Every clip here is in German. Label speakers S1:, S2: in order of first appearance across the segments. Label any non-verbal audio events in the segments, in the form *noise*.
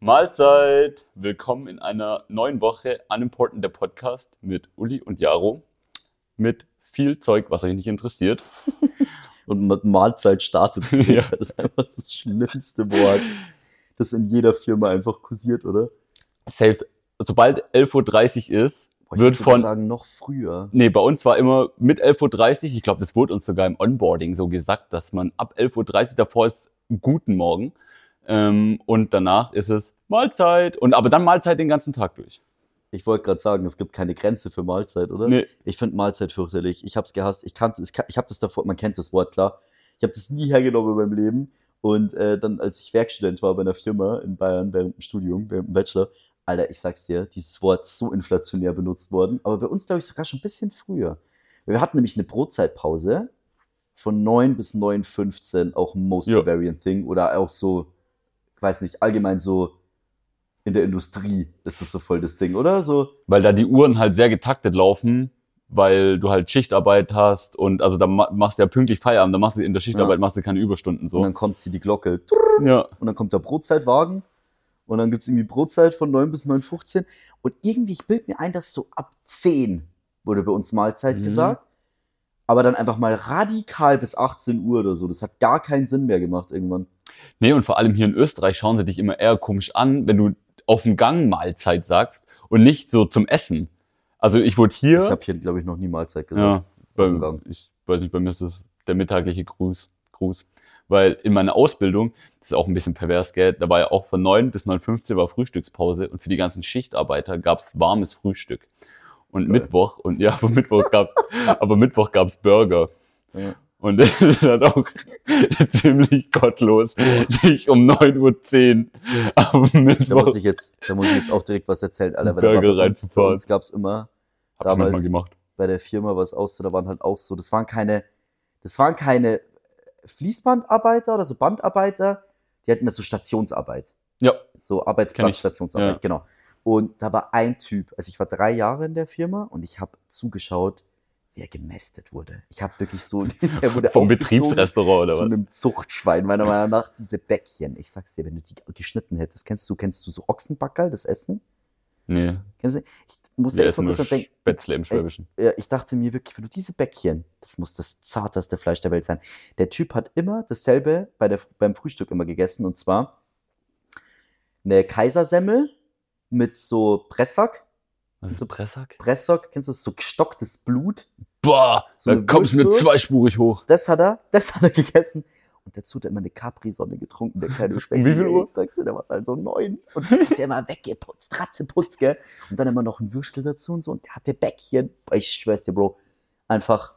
S1: Mahlzeit! Willkommen in einer neuen Woche Unimportant, der Podcast mit Uli und Jaro. Mit viel Zeug, was euch nicht interessiert.
S2: Und mit Mahlzeit startet
S1: *laughs*
S2: es.
S1: Ja.
S2: Das ist einfach das schlimmste Wort, das in jeder Firma einfach kursiert, oder?
S1: Safe. Sobald 11.30 Uhr ist,
S2: Boah,
S1: Wird
S2: ich würd sogar
S1: von-
S2: sagen, noch früher.
S1: nee, bei uns war immer mit 11.30 Uhr, ich glaube, das wurde uns sogar im Onboarding so gesagt, dass man ab 11.30 Uhr davor ist, guten Morgen. Ähm, und danach ist es Mahlzeit. Und aber dann Mahlzeit den ganzen Tag durch.
S2: Ich wollte gerade sagen, es gibt keine Grenze für Mahlzeit, oder?
S1: Nee,
S2: Ich finde Mahlzeit fürchterlich. Ich habe es gehasst. Ich kannte es, ich habe das davor, man kennt das Wort, klar. Ich habe das nie hergenommen in meinem Leben. Und äh, dann, als ich Werkstudent war bei einer Firma in Bayern während dem Studium, während dem Bachelor, Alter, ich sag's dir, dieses Wort ist so inflationär benutzt worden. Aber bei uns, glaube ich, sogar schon ein bisschen früher. Wir hatten nämlich eine Brotzeitpause von 9 bis 9.15 auch ein most
S1: Ja.
S2: Bavarian Thing oder auch so, ich weiß nicht, allgemein so in der Industrie ist das so voll das Ding, oder? So,
S1: weil da die Uhren halt sehr getaktet laufen, weil du halt Schichtarbeit hast und also da ma machst du ja pünktlich Feierabend, da machst du in der Schichtarbeit machst du keine Überstunden
S2: und
S1: so.
S2: dann kommt sie die Glocke.
S1: Ja,
S2: und dann kommt der Brotzeitwagen und dann gibt es irgendwie Brotzeit von 9 bis 9.15 und irgendwie, ich bilde mir ein, dass so ab 10 wurde bei uns Mahlzeit
S1: Mhm.
S2: gesagt, aber dann einfach mal radikal bis 18 Uhr oder so, das hat gar keinen Sinn mehr gemacht irgendwann.
S1: nee und vor allem hier in Österreich schauen sie dich immer eher komisch an, wenn du auf dem Gang Mahlzeit sagst und nicht so zum Essen. Also ich wurde
S2: Ich
S1: hier,
S2: habe hier, glaube ich, noch nie Mahlzeit gesagt. also
S1: ja, bei,
S2: dem Gang.
S1: ich weiß nicht, bei mir ist es der mittagliche Gruß, Gruß, weil in meiner Ausbildung, das ist auch ein bisschen pervers, gell, da war ja auch von 9 bis 9.15 war Frühstückspause und für die ganzen Schichtarbeiter gab's warmes Frühstück. Und
S2: Geil.
S1: Mittwoch, und ja, aber Mittwoch
S2: *laughs*
S1: gab, aber Mittwoch gab's Burger.
S2: Ja.
S1: Und *laughs* das ist halt auch ziemlich gottlos, sich um 9.10 Uhr am
S2: Da,
S1: Mittwoch
S2: muss ich jetzt, da muss ich jetzt auch direkt was erzählen, Alter, weil da
S1: Burger
S2: war bei uns, bei
S1: reinzufahren.
S2: uns gab es immer
S1: Hab ich manchmal
S2: damals-
S1: gemacht.
S2: bei der Firma was aus, da waren halt auch so, das waren keine, das waren keine äh, Fließbandarbeiter oder so Bandarbeiter, die hatten halt so Stationsarbeit.
S1: Ja.
S2: So
S1: Kenn ich.
S2: Arbeitsplatz, Stationsarbeit,
S1: Ja.
S2: genau. Und da war ein Typ, also ich war drei Jahre in der Firma und ich habe zugeschaut, wie er gemästet wurde. Ich habe wirklich so, *laughs* er wurde
S1: Vom
S2: aufgezogen
S1: Betriebsrestaurant oder
S2: zu
S1: was?
S2: einem Zuchtschwein, meiner Meinung nach, diese Bäckchen. Ich sag's dir, wenn du die geschnitten hättest, kennst du, kennst du so Ochsenbackerl, das Essen?
S1: Nee,
S2: Kennst du? Ich musste
S1: wir
S2: echt mal
S1: essen nur
S2: kurz dran denken,
S1: Spätzle im Schwäbischen.
S2: ja, äh, ich dachte mir wirklich, wenn du diese Bäckchen, das muss das zarteste Fleisch der Welt sein. Der Typ hat immer dasselbe bei der, beim Frühstück immer gegessen und zwar eine Kaisersemmel mit so Pressack.
S1: Was ist Pressack?
S2: Pressack, kennst du das? So gestocktes Blut.
S1: Boah,
S2: So
S1: dann
S2: eine
S1: kommst du mir
S2: Wurst so?
S1: zweispurig hoch.
S2: Das hat er, das hat er gegessen. Und dazu hat er immer eine Capri-Sonne getrunken, der kleine Speck.
S1: Um *laughs* wie viel Uhr?
S2: Ich sag's dir, der war halt so neun. Und das hat er immer weggeputzt, ratzeputz, gell? Und dann immer noch ein Würstel dazu und so. Und der hatte Bäckchen. Boah, Ich schwör's dir, Bro. Einfach,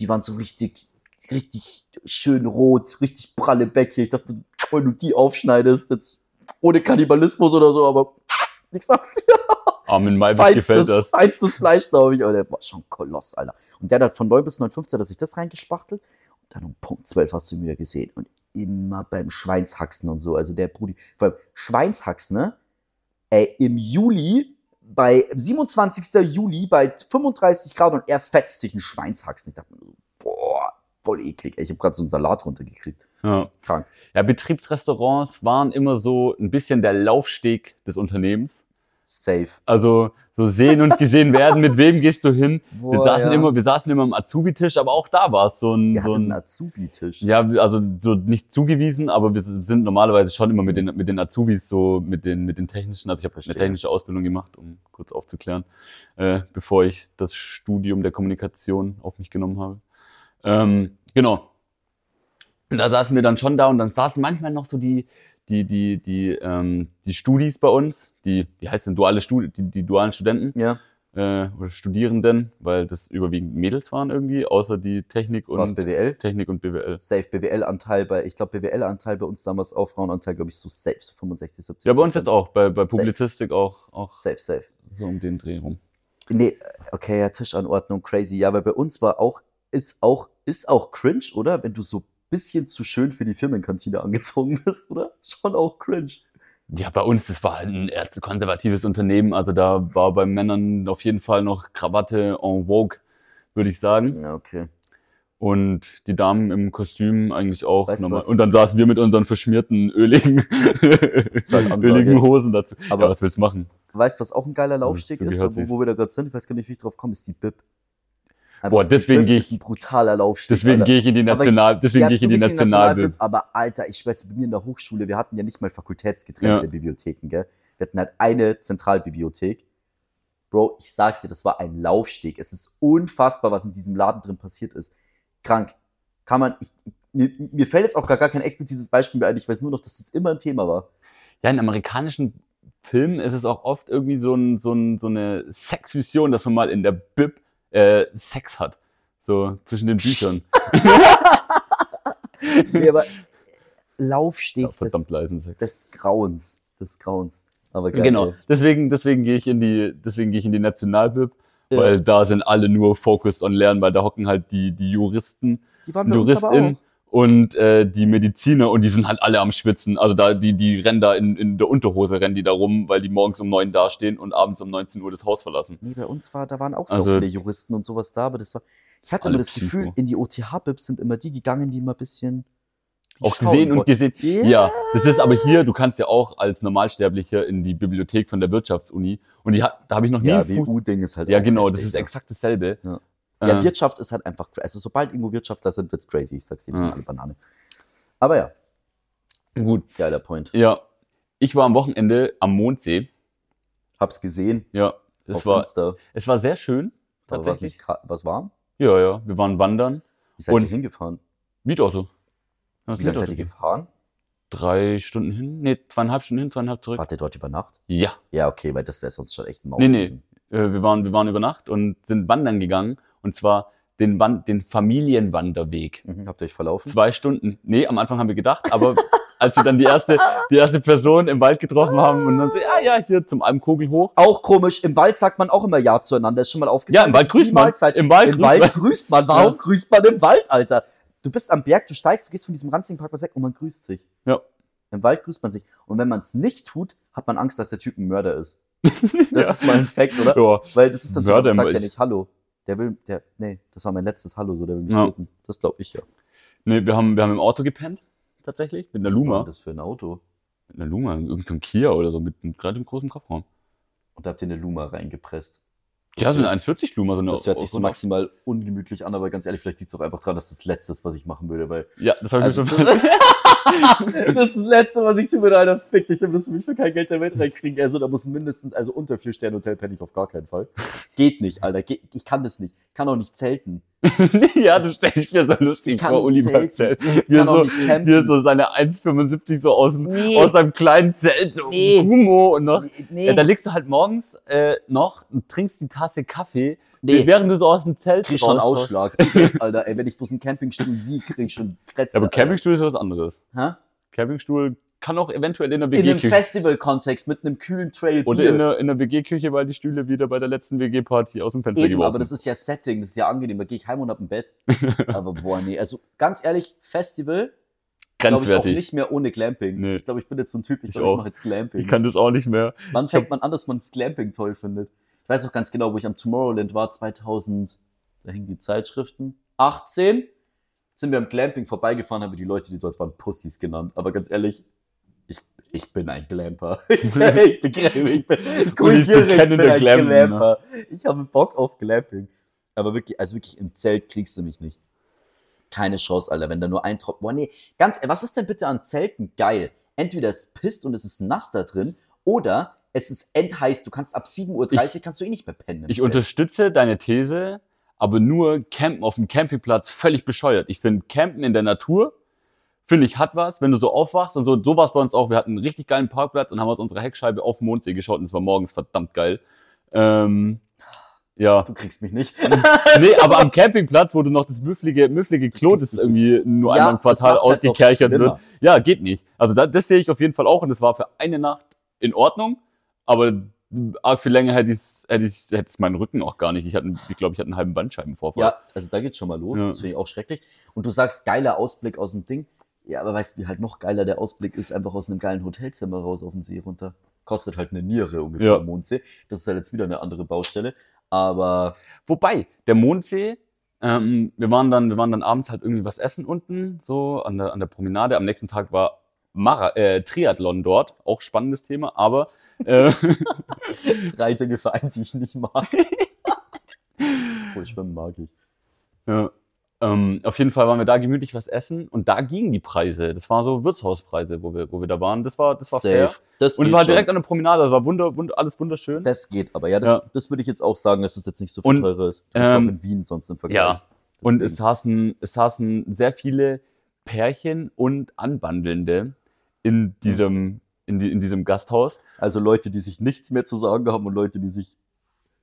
S2: die waren so richtig, richtig schön rot, richtig pralle Bäckchen. Ich dachte, wenn du die aufschneidest, jetzt ohne Kannibalismus oder so, aber ich sag's dir.
S1: Armin Maibisch gefällt
S2: Feinstes,
S1: das.
S2: feinstes Fleisch, glaube ich. Aber der war schon ein Koloss, Alter. Und der hat von 9 bis 9.15 hat er sich das reingespachtelt. Und dann um Punkt 12 hast du ihn wieder gesehen. Und immer beim Schweinshaxen und so. Also der Brudi. Vor allem Schweinshaxen, ne? Ey, im Juli, bei 27. Juli, bei 35 Grad und er fetzt sich einen Schweinshaxen. Ich dachte mir so, boah, voll eklig. Ey, ich habe gerade so einen Salat runtergekriegt.
S1: Ja.
S2: Krank.
S1: ja, Betriebsrestaurants waren immer so ein bisschen der Laufsteg des Unternehmens.
S2: Safe.
S1: Also so sehen und gesehen werden, mit wem gehst du hin. Wir
S2: Boah,
S1: saßen,
S2: ja.
S1: immer, wir saßen immer am Azubi-Tisch, aber auch da war es so ein...
S2: Wir
S1: So
S2: hatten einen
S1: ein
S2: Azubi-Tisch.
S1: ja, also so nicht zugewiesen, aber wir sind normalerweise schon immer mit den, mit den Azubis so, mit den, mit den technischen, also ich habe eine
S2: Verstehe.
S1: technische Ausbildung gemacht, um kurz aufzuklären, äh, bevor ich das Studium der Kommunikation auf mich genommen habe. Ähm, genau. Und da saßen wir dann schon da und dann saßen manchmal noch so die, die, die, die, ähm, die Studis bei uns, die, wie heißt denn, duale Studi die, die dualen Studenten
S2: Ja,
S1: äh, oder Studierenden, weil das überwiegend Mädels waren irgendwie, außer die Technik
S2: war es
S1: und
S2: BWL?
S1: Technik und BWL.
S2: safe BWL-Anteil bei, ich glaube, BWL-Anteil bei uns damals auch Frauenanteil, glaube ich, so safe, so 65, 70.
S1: Ja, bei uns jetzt auch, bei, bei
S2: Safe.
S1: Publizistik auch, auch
S2: Safe, safe.
S1: so um den Dreh rum.
S2: Nee, okay, ja, Tischanordnung, crazy. Ja, weil bei uns war auch, ist auch, ist auch cringe, oder? Wenn du so ein bisschen zu schön für die Firmenkantine angezogen bist, oder? *laughs* Schon auch cringe.
S1: Ja, bei uns, das war halt ein eher zu konservatives Unternehmen, also da war bei Männern auf jeden Fall noch Krawatte en vogue, würde ich sagen.
S2: Ja, okay.
S1: Und die Damen im Kostüm eigentlich auch
S2: Weißt du
S1: normal.
S2: was?
S1: Und dann saßen wir mit unseren verschmierten, öligen, *laughs*
S2: halt Ansage.
S1: öligen Hosen dazu.
S2: Aber-
S1: Aber ja, was willst du machen?
S2: Weißt du, was auch ein geiler Laufsteg ist,
S1: gehört
S2: wo,
S1: sich.
S2: wo wir da gerade sind? Ich weiß gar nicht, wie ich drauf komme, ist die Bib. Einfach
S1: Boah,
S2: die
S1: deswegen
S2: Bib
S1: gehe
S2: ist ein
S1: ich,
S2: brutaler Laufsteg.
S1: deswegen
S2: Alter.
S1: gehe ich in die
S2: Aber
S1: National, deswegen
S2: Ja,
S1: gehe ich in
S2: du
S1: die
S2: bist in die
S1: Nationalbib.
S2: Nationalbib, Aber Alter, ich weiß, bei mir in der Hochschule, wir hatten ja nicht mal fakultätsgetrennt
S1: Ja.
S2: der Bibliotheken, gell? Wir hatten halt eine Zentralbibliothek. Bro, ich sag's dir, das war ein Laufsteg. Es ist unfassbar, was in diesem Laden drin passiert ist. Krank. Kann man, ich, ich- mir, mir fällt jetzt auch gar, gar kein explizites Beispiel mehr ein. Ich weiß nur noch, dass es immer ein Thema war.
S1: Ja, in amerikanischen Filmen ist es auch oft irgendwie so, ein, so, ein, so eine Sexvision, dass man mal in der Bib äh, Sex hat. So zwischen den Büchern. *laughs*
S2: Nee, aber Laufsteg
S1: ja, verdammt leisen Sex.
S2: des, des Grauens. Des Grauens. Aber geil,
S1: genau.
S2: ey.
S1: Deswegen, deswegen gehe ich in die, deswegen gehe ich in die Nationalbib,
S2: Ja.
S1: weil da sind alle nur focused on Lernen, weil da hocken halt die, die Juristen
S2: Die waren bei uns aber
S1: Juristin.
S2: auch.
S1: und äh, die Mediziner und die sind halt alle am Schwitzen. Also da, die, die rennen da in, in der Unterhose, rennen die da rum, weil die morgens um neun dastehen und abends um 19 Uhr das Haus verlassen.
S2: Nee, bei uns war, da waren auch so
S1: Also-
S2: viele Juristen und sowas da, aber das war. Ich hatte immer
S1: Alle
S2: das Gefühl,
S1: Psycho.
S2: in die OTH-Bibs sind immer die gegangen, die immer ein bisschen.
S1: Auch gesehen und gesehen.
S2: gesehen.
S1: Ja, das ist aber hier, du kannst ja auch als Normalsterblicher in die Bibliothek von der Wirtschaftsuni und die hat, da habe ich noch nie
S2: Ja,
S1: einen Fuß-
S2: WU-Ding ist halt.
S1: Ja,
S2: auch
S1: genau, das
S2: heftig,
S1: ist
S2: ja.
S1: exakt dasselbe.
S2: Ja.
S1: Äh,
S2: Ja, Wirtschaft ist halt einfach. cra- Also, sobald irgendwo Wirtschaftler sind, wird's crazy. Ich sag's dir, die sind
S1: Ja.
S2: alle Banane. Aber ja,
S1: gut.
S2: geiler Point.
S1: Ja, ich war am Wochenende am Mondsee.
S2: Hab's gesehen.
S1: Ja,
S2: auf
S1: es war,
S2: Insta.
S1: es war sehr schön,
S2: Aber war's
S1: tatsächlich.
S2: nicht ka- war's warm?
S1: Ja, ja, wir waren wandern.
S2: Wie seid
S1: Und-
S2: ihr hingefahren?
S1: Mietauto.
S2: Wie lange seid ihr gefahren?
S1: Drei Stunden hin? Nee, zweieinhalb Stunden hin, zweieinhalb zurück.
S2: Wart ihr dort über Nacht?
S1: Ja,
S2: Ja, okay, weil das wäre sonst schon echt ein Maul.
S1: Nee, nee. äh, wir waren, wir waren über Nacht und sind wandern gegangen. Und zwar den, Wan- den Familienwanderweg.
S2: Mhm, habt ihr euch verlaufen?
S1: Zwei Stunden. Nee, am Anfang haben wir gedacht, aber als wir dann die erste, die erste Person im Wald getroffen haben und dann so, ja, ja, hier zum Almkogel hoch.
S2: Auch komisch, im Wald sagt man auch immer Ja zueinander, ist schon mal aufgefallen.
S1: Ja, im Wald
S2: Das ist
S1: grüßt man.
S2: niemals halt-
S1: Im Wald
S2: Im
S1: grüßt
S2: Wald
S1: man.
S2: grüßt man. Warum
S1: Ja.
S2: grüßt man im Wald, Alter? Du bist am Berg, du steigst, du gehst von diesem ranzigen Parkplatz weg und man grüßt sich.
S1: Ja.
S2: Im Wald grüßt man sich. Und wenn man es nicht tut, hat man Angst, dass der Typ ein Mörder
S1: *laughs*
S2: ist. Das
S1: Ja.
S2: ist mal ein Fact, oder?
S1: Ja,
S2: Weil das ist dann so,
S1: Mörder im
S2: sagt der
S1: Wald.
S2: nicht Hallo. Der will, der, nee, das war mein letztes Hallo, so der will mich
S1: Ja.
S2: töten. Das glaube ich ja.
S1: Nee, wir haben, wir haben im Auto gepennt, tatsächlich, mit einer
S2: Was war denn
S1: Luma.
S2: das für ein Auto?
S1: Mit einer Luma, irgendeinem Kia oder so, mit einem- gerade im großen Kofferraum.
S2: Und da habt ihr eine Luma reingepresst.
S1: Ja, so eine
S2: Okay.
S1: 1,40 Luma, so eine
S2: Das hört sich so
S1: so eine-
S2: maximal ungemütlich an, aber ganz ehrlich, vielleicht liegt es auch einfach dran, dass das Letzte ist, was ich machen würde, weil
S1: Ja, das habe ich
S2: Also-
S1: mir schon
S2: das ist das Letzte, was ich tue, wenn einer fickt. Ich denke, dass du mich für kein Geld der Welt reinkriegen. Also, da muss mindestens, also unter vier Sterne Hotel penne ich auf gar keinen Fall. Geht nicht, Alter. Geht, ich kann das nicht. Ich kann auch nicht zelten.
S1: *laughs* Ja, das stelle ich mir so lustig
S2: Ich kann
S1: vor,
S2: nicht
S1: Oliver Zelt.
S2: Ich
S1: Hier
S2: kann auch
S1: so,
S2: nicht campen.
S1: hier so seine 1,75 so aus, dem,
S2: nee,
S1: aus seinem kleinen Zelt, so
S2: Nee.
S1: Humo und noch.
S2: nee,
S1: Ja, da liegst du halt morgens äh, noch und trinkst die Tasse Kaffee,
S2: nee.
S1: während du so aus dem Zelt
S2: Krieg ich schon
S1: rausschaust.
S2: Ausschlag. Alter, ey, wenn ich bloß einen Campingstuhl sehe, krieg ich schon Kretzer.
S1: Ja, aber
S2: Alter.
S1: Campingstuhl ist was anderes.
S2: Hä?
S1: Campingstuhl kann auch eventuell in der
S2: In einem
S1: WG-Küche
S2: Festival-Kontext mit einem kühlen Trail
S1: Oder
S2: Bier.
S1: in der, in der WG-Küche, weil die Stühle wieder bei der letzten WG-Party aus dem Fenster
S2: Eben,
S1: geworfen
S2: aber das ist ja Setting, das ist ja angenehm. Da gehe ich heim und hab ein
S1: *laughs*
S2: Bett. aber boah, nee. Also ganz ehrlich, Festival, glaube ich auch
S1: Grenzwertig. Ich,
S2: nicht mehr ohne Glamping.
S1: Nee.
S2: Ich glaube, ich bin jetzt so ein Typ,
S1: Ich
S2: ich glaube, ich,
S1: auch.
S2: mache jetzt Glamping.
S1: kann das auch nicht mehr.
S2: Wann fängt man an, dass man das Glamping toll findet? Ich weiß auch ganz genau, wo ich am Tomorrowland war, 2000, da hingen die Zeitschriften, 18, sind wir am Glamping vorbeigefahren, haben wir die Leute, die dort waren, Pussys genannt. Aber ganz ehrlich, ich, ich bin ein Glamper. *laughs* Ich, ich bin,
S1: *laughs*
S2: ich bin, ich korrigiere, ich bin
S1: bekennender
S2: ein
S1: Glampen, ne?
S2: Glamper. Ich habe Bock auf Glamping. Aber wirklich, also wirklich im Zelt kriegst du mich nicht. Keine Chance, Alter, wenn da nur ein Tropfen. Boah, nee, ganz, e-, was ist denn bitte an Zelten geil? Entweder es pisst und es ist nass da drin, oder es ist endheiß. Du kannst ab 7.30 Uhr kannst du eh nicht mehr pennen. im
S1: Ich
S2: Zelt.
S1: unterstütze deine These, aber nur Campen auf dem Campingplatz völlig bescheuert. Ich finde Campen in der Natur, finde ich, hat was, wenn du so aufwachst und so, so war es bei uns auch. Wir hatten einen richtig geilen Parkplatz und haben aus unserer Heckscheibe auf den Mondsee geschaut und es war morgens verdammt geil. Ähm, ja.
S2: Du kriegst
S1: *laughs*
S2: mich nicht.
S1: Nee, aber am Campingplatz, wo du noch das müfflige, müfflige Klo, das irgendwie nur einmal im
S2: das
S1: Quartal
S2: macht's halt noch
S1: ausgekerchert ne? wird.
S2: schlimmer.
S1: Ja, geht nicht. Also da, das sehe ich auf jeden Fall auch und das war für eine Nacht in Ordnung, aber arg viel länger hätte ich hätte ich hätte es meinen Rücken auch gar nicht. Ich hatte ich glaube, ich hatte einen halben Bandscheibenvorfall.
S2: Ja, also da geht's schon mal los.
S1: Ja.
S2: Das finde ich auch schrecklich. Und du sagst, geiler Ausblick aus dem Ding. Ja, aber weißt du, wie halt noch geiler der Ausblick ist, einfach aus einem geilen Hotelzimmer raus auf den See runter. Kostet halt eine Niere ungefähr
S1: Ja.
S2: am Mondsee. Das ist halt jetzt wieder eine andere Baustelle. Aber
S1: Wobei der Mondsee Ähm, wir, waren dann, wir waren dann abends halt irgendwie was essen unten, so an der, an der Promenade. Am nächsten Tag war Mara äh, Triathlon dort, auch spannendes Thema, aber äh, *laughs*
S2: Drei Dinge vereint, die ich nicht mag. Obwohl, Schwimmen mag ich.
S1: ja, ähm, auf jeden Fall waren wir da gemütlich was essen und da gingen die Preise. Das waren so Wirtshauspreise, wo wir, wo wir da waren. Das war, das war fair.
S2: Das
S1: Und
S2: geht
S1: es war
S2: schon.
S1: direkt an der Promenade, das war wunder, wund, alles wunderschön.
S2: Das geht aber, ja. Das,
S1: Ja.
S2: das würde ich jetzt auch sagen, dass es jetzt nicht so viel
S1: Und,
S2: teurer ist. Du bist auch
S1: ähm,
S2: in Wien sonst im Vergleich.
S1: ja. Und es
S2: Deswegen.
S1: saßen, es saßen sehr viele Pärchen und Anbandelnde in diesem, in, die, in diesem Gasthaus.
S2: Also Leute, die sich nichts mehr zu sagen haben und Leute, die sich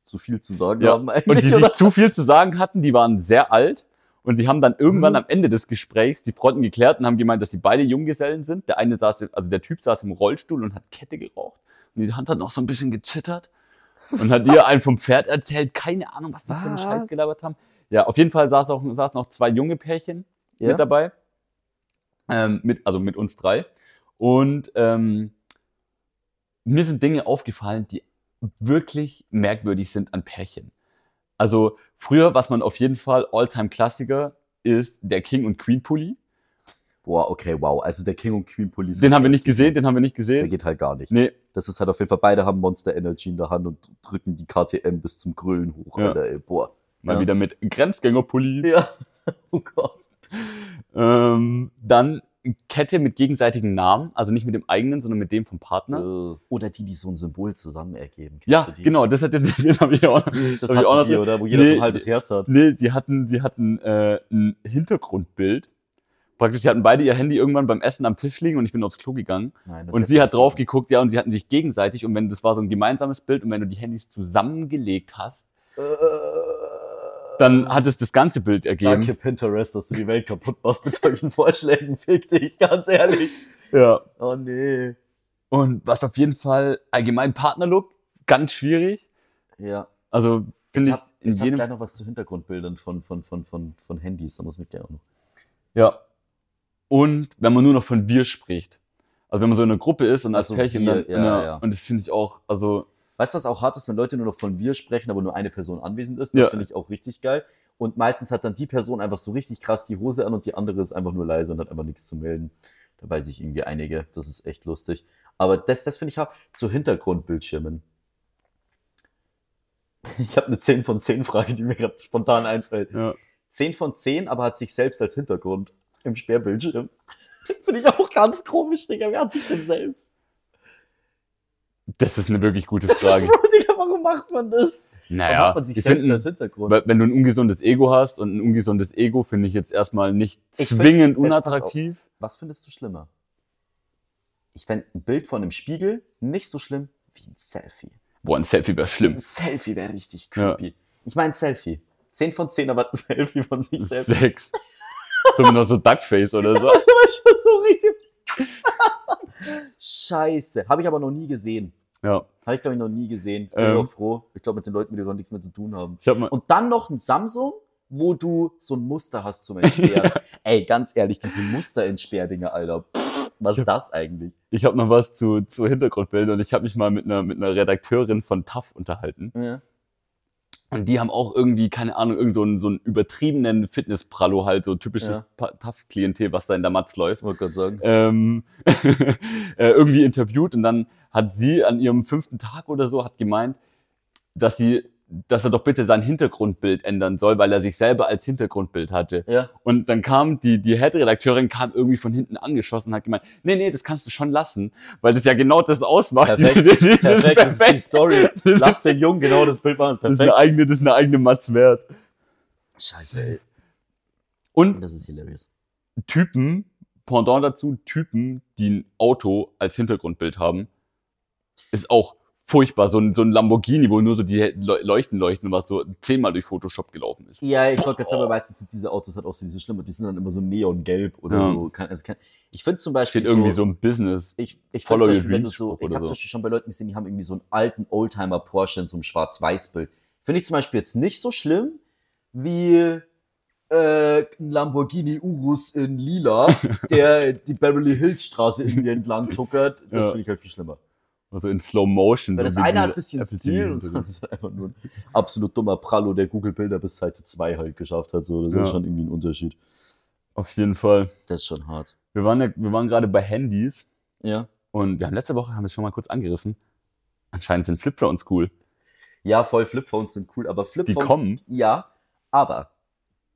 S2: zu viel zu sagen
S1: Ja,
S2: haben eigentlich.
S1: Und
S2: *laughs*
S1: die sich
S2: oder?
S1: zu viel zu sagen hatten, die waren sehr alt. Und sie haben dann irgendwann
S2: Mhm.
S1: am Ende des Gesprächs die Fronten geklärt und haben gemeint, dass sie beide Junggesellen sind. Der eine saß, im- also der Typ saß im Rollstuhl und hat Kette geraucht. Und die Hand hat noch so ein bisschen gezittert. Und hat
S2: *laughs*
S1: ihr einen vom Pferd erzählt. Keine Ahnung, was die für einen
S2: Was?
S1: Scheiß gelabert haben. Ja, auf jeden Fall saß auch, saßen auch zwei junge Pärchen.
S2: ja?
S1: mit dabei. Ähm, mit, also mit uns drei. Und ähm, mir sind Dinge aufgefallen, die wirklich merkwürdig sind an Pärchen. Also früher, was man auf jeden Fall All-Time-Klassiker ist, der King und Queen Pulli.
S2: Boah, okay, wow. Also der King und Queen Police.
S1: Den haben wir nicht gesehen, den haben wir nicht
S2: Der
S1: gesehen.
S2: geht halt gar nicht.
S1: Nee,
S2: Das ist halt auf jeden Fall, beide haben Monster Energy in der Hand und drücken die KTM bis zum Grölen hoch,
S1: Ja.
S2: Alter, ey.
S1: *laughs*
S2: Boah.
S1: mal
S2: Ja.
S1: wieder mit Grenzgänger-Pulli.
S2: Ja. Oh Gott.
S1: Ähm, dann Kette mit gegenseitigen Namen, also nicht mit dem eigenen, sondern mit dem vom Partner.
S2: Äh, Oder die, die so ein Symbol zusammen ergeben. Kennst
S1: Ja,
S2: du die?
S1: genau, das hat *laughs* jetzt, das habe ich auch noch.
S2: Das
S1: hab ich
S2: hatten
S1: auch noch
S2: die,
S1: drin.
S2: oder? Wo jeder so
S1: Nee,
S2: ein halbes Herz hat.
S1: Nee, die hatten, die hatten äh, ein Hintergrundbild. Praktisch, die hatten beide ihr Handy irgendwann beim Essen am Tisch liegen und ich bin aufs Klo gegangen.
S2: Nein, das
S1: Und
S2: hätte
S1: sie
S2: ich
S1: hat
S2: nicht
S1: drauf
S2: gemacht.
S1: geguckt, ja, und sie hatten sich gegenseitig. Und wenn das war so ein gemeinsames Bild und wenn du die Handys zusammengelegt hast,
S2: Äh,
S1: dann hat es das ganze Bild
S2: Danke,
S1: ergeben.
S2: Pinterest, dass du die Welt kaputt machst mit solchen *laughs* Vorschlägen. Fick dich, ganz ehrlich.
S1: Ja.
S2: Oh nee.
S1: Und was auf jeden Fall allgemein Partnerlook, ganz schwierig.
S2: Ja.
S1: Also finde ich,
S2: hab-
S1: in
S2: ich hab
S1: jedem.
S2: gleich noch was zu Hintergrundbildern von, von, von, von, von Handys. Da muss mich gleich auch noch.
S1: Ja. Und wenn man nur noch von wir spricht. Also wenn man so in einer Gruppe ist und als
S2: Also
S1: Pärchen dann.
S2: wir,
S1: ne,
S2: ja, ja.
S1: Und das finde ich auch, also
S2: Weißt du, was auch hart ist, wenn Leute nur noch von wir sprechen, aber nur eine Person anwesend ist? Das
S1: Ja.
S2: finde ich auch richtig geil. Und meistens hat dann die Person einfach so richtig krass die Hose an und die andere ist einfach nur leise und hat einfach nichts zu melden. Da weiß ich irgendwie einige. Das ist echt lustig. Aber das, das finde ich hart. Zu Hintergrundbildschirmen. Ich habe eine 10 von 10 Frage, die mir gerade spontan einfällt.
S1: ja.
S2: 10 von 10, aber hat sich selbst als Hintergrund im Sperrbildschirm. *laughs* Finde ich auch ganz komisch, Digga. Wer hat sich denn selbst? *laughs*
S1: Das ist eine wirklich gute Frage.
S2: Bro, Digga, warum macht man das? Warum
S1: Naja,
S2: hat man sich
S1: ich
S2: selbst
S1: find,
S2: als Hintergrund?
S1: wenn wenn du ein ungesundes Ego hast und ein ungesundes Ego finde ich jetzt erstmal nicht
S2: Ich find-
S1: zwingend
S2: jetzt pass auf.
S1: unattraktiv.
S2: Was findest du schlimmer? Ich fände ein Bild von einem Spiegel nicht so schlimm wie ein Selfie.
S1: Boah, ein Selfie wäre
S2: Ein
S1: schlimm.
S2: Selfie wäre richtig
S1: Ja.
S2: creepy. Ich meine Selfie. 10 von 10, aber ein *laughs* Selfie von sich selbst.
S1: Sex. so mit noch so Duckface oder so.
S2: Das war schon so richtig. *laughs* Scheiße. Habe ich aber noch nie gesehen.
S1: Ja,
S2: Habe ich, glaube ich, noch nie gesehen. Bin
S1: Ähm.
S2: auch froh. Ich glaube, mit den Leuten, die gar nichts mehr zu tun haben.
S1: ich hab mal.
S2: Und dann noch ein Samsung, wo du so ein Muster
S1: *laughs*
S2: hast zum Entsperren. Ey, ganz ehrlich, diese Muster-Entsperrdinger, Alter. Pff, was ist das eigentlich?
S1: Ich habe noch was zu, zu Hintergrundbildern und ich habe mich mal mit einer, mit einer Redakteurin von TAF unterhalten.
S2: Ja.
S1: Und die haben auch irgendwie, keine Ahnung, irgend so einen, so einen übertriebenen Fitnessprallo halt, so typisches
S2: Ja.
S1: ja. TAF-Klientel, was da in der Matz läuft.
S2: Wollte gerade sagen.
S1: ähm, *laughs* äh, irgendwie interviewt und dann hat sie an ihrem fünften Tag oder so hat gemeint, dass sie, dass er doch bitte sein Hintergrundbild ändern soll, weil er sich selber als Hintergrundbild hatte.
S2: Ja.
S1: Und dann kam die, die Head-Redakteurin kam irgendwie von hinten angeschossen und hat gemeint, nee, nee, das kannst du schon lassen, weil das ja genau *laughs* das ausmacht.
S2: Perfekt,
S1: Dieses- dieses
S2: Perfekt, das ist die
S1: perfekt.
S2: Story.
S1: Das ist-
S2: Lass den Jungen genau das Bild machen.
S1: Das ist eine
S2: Perfekt.
S1: eigene, das ist eine eigene Matz wert.
S2: Scheiße, ey.
S1: Und
S2: Das ist hilarious.
S1: Typen, Pendant dazu, Typen, die ein Auto als Hintergrundbild haben, ist auch furchtbar. So ein, so ein Lamborghini, wo nur so die Le- Leuchten leuchten, was so zehnmal durch Photoshop gelaufen ist.
S2: Ja, ich wollte gerade sagen, aber meistens sind diese Autos halt auch so diese Schlimme. Die sind dann immer so neongelb oder
S1: Ja.
S2: so. Kann, also kann, ich finde zum Beispiel.
S1: Steht irgendwie so im Business.
S2: Ich, ich
S1: Follow
S2: follow
S1: your
S2: Beispiel, wenn du
S1: dreams
S2: so,
S1: Spruch
S2: ich
S1: oder
S2: habe
S1: so.
S2: zum Beispiel schon bei Leuten gesehen, die haben irgendwie so einen alten Oldtimer Porsche in so einem Schwarz-Weiß-Bild. Finde ich zum Beispiel jetzt nicht so schlimm wie äh, ein Lamborghini Urus
S1: *laughs*
S2: in Lila, der die Beverly Hills Straße irgendwie entlang tuckert. Das
S1: Ja.
S2: finde ich halt viel schlimmer.
S1: Also in Slow Motion.
S2: Weil
S1: so
S2: das
S1: wie
S2: eine hat
S1: diese
S2: ein bisschen
S1: Apple
S2: Stil
S1: TV
S2: und das
S1: Serie.
S2: ist einfach nur ein absolut dummer Prallo, der Google Bilder bis Seite 2 halt geschafft hat. So, das
S1: Ja.
S2: ist schon irgendwie ein Unterschied.
S1: Auf jeden Fall.
S2: Das ist schon hart.
S1: Wir waren, ja, wir waren gerade bei Handys
S2: Ja.
S1: und wir haben letzte Woche, haben wir es schon mal kurz angerissen, anscheinend sind Flipphones cool.
S2: Ja, voll, Flipphones sind cool, aber
S1: Die
S2: Flipphones.
S1: kommen.
S2: Ja, aber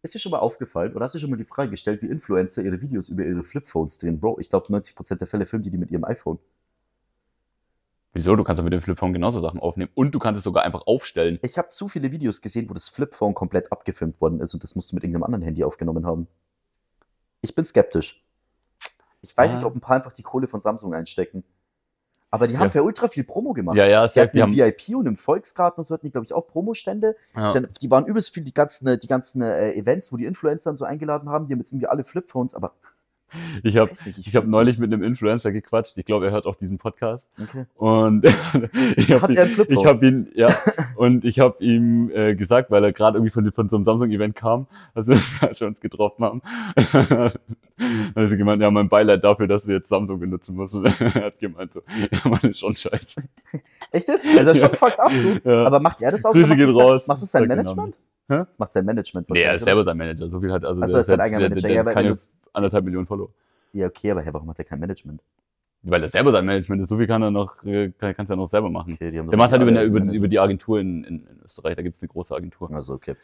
S2: ist dir schon mal aufgefallen oder hast du schon mal die Frage gestellt, wie Influencer ihre Videos über ihre Flipphones drehen? Bro, ich glaube, 90% der Fälle filmen die die mit ihrem iPhone.
S1: Wieso? Du kannst doch mit dem Flipphone genauso Sachen aufnehmen und du kannst es sogar einfach aufstellen.
S2: Ich habe zu viele Videos gesehen, wo das Flipphone komplett abgefilmt worden ist und das musst du mit irgendeinem anderen Handy aufgenommen haben. Ich bin skeptisch. Ich weiß
S1: Ah.
S2: nicht, ob ein paar einfach die Kohle von Samsung einstecken. Aber die haben
S1: Ja.
S2: ja ultra viel Promo gemacht.
S1: Ja, ja,
S2: Die
S1: safe,
S2: hatten
S1: die
S2: im
S1: haben,
S2: VIP und im Volksgarten und so hatten die, glaube ich, auch Promostände.
S1: ja,
S2: Dann, die waren übelst viel, die ganzen, die ganzen äh, Events, wo die Influencer und so eingeladen haben. Die haben jetzt irgendwie alle Flipphones, aber
S1: ich habe
S2: weiß nicht.
S1: ich hab neulich mit einem Influencer gequatscht. Ich glaube, er hört auch diesen Podcast.
S2: Okay.
S1: Und *laughs* ich
S2: Hat
S1: habe
S2: er einen
S1: ihn,
S2: Flipphone?
S1: ich hab ihn,
S2: *laughs*
S1: ja, und ich habe ihm äh, gesagt, weil er gerade irgendwie von, von so einem Samsung-Event kam, also *laughs* als wir uns getroffen
S2: *laughs*
S1: haben, also gemeint, ja, mein Beileid dafür, dass du jetzt Samsung benutzen musst. *laughs* er hat gemeint so, ja, man ist schon scheiße.
S2: Echt jetzt? Also schon
S1: Ja.
S2: fucked up so.
S1: *laughs* Ja.
S2: Aber macht er das aus?
S1: Grüße
S2: macht,
S1: geht
S2: das sein,
S1: raus.
S2: macht das sein
S1: Sag den
S2: Management?
S1: Namen. Hä?
S2: Das macht sein Management
S1: nee, er
S2: wahrscheinlich.
S1: ist
S2: oder?
S1: selber sein Manager, so viel hat also
S2: Achso,
S1: der
S2: er ist sein
S1: selbst-
S2: eigener
S1: der-
S2: Manager.
S1: Der,
S2: Ja,
S1: der
S2: weil
S1: hat keine
S2: wenn
S1: anderthalb Millionen Follower.
S2: Ja, okay, aber hey, warum hat er kein Management?
S1: Hm. Weil er selber sein Management ist, so viel kann er noch, äh, kann, kannst du ja noch selber machen.
S2: Okay, die haben
S1: Der
S2: doch
S1: macht halt
S2: alle
S1: über, eine- über,
S2: Manager.
S1: über die Agentur in, in, in Österreich, da gibt's eine große Agentur.
S2: Also, okay.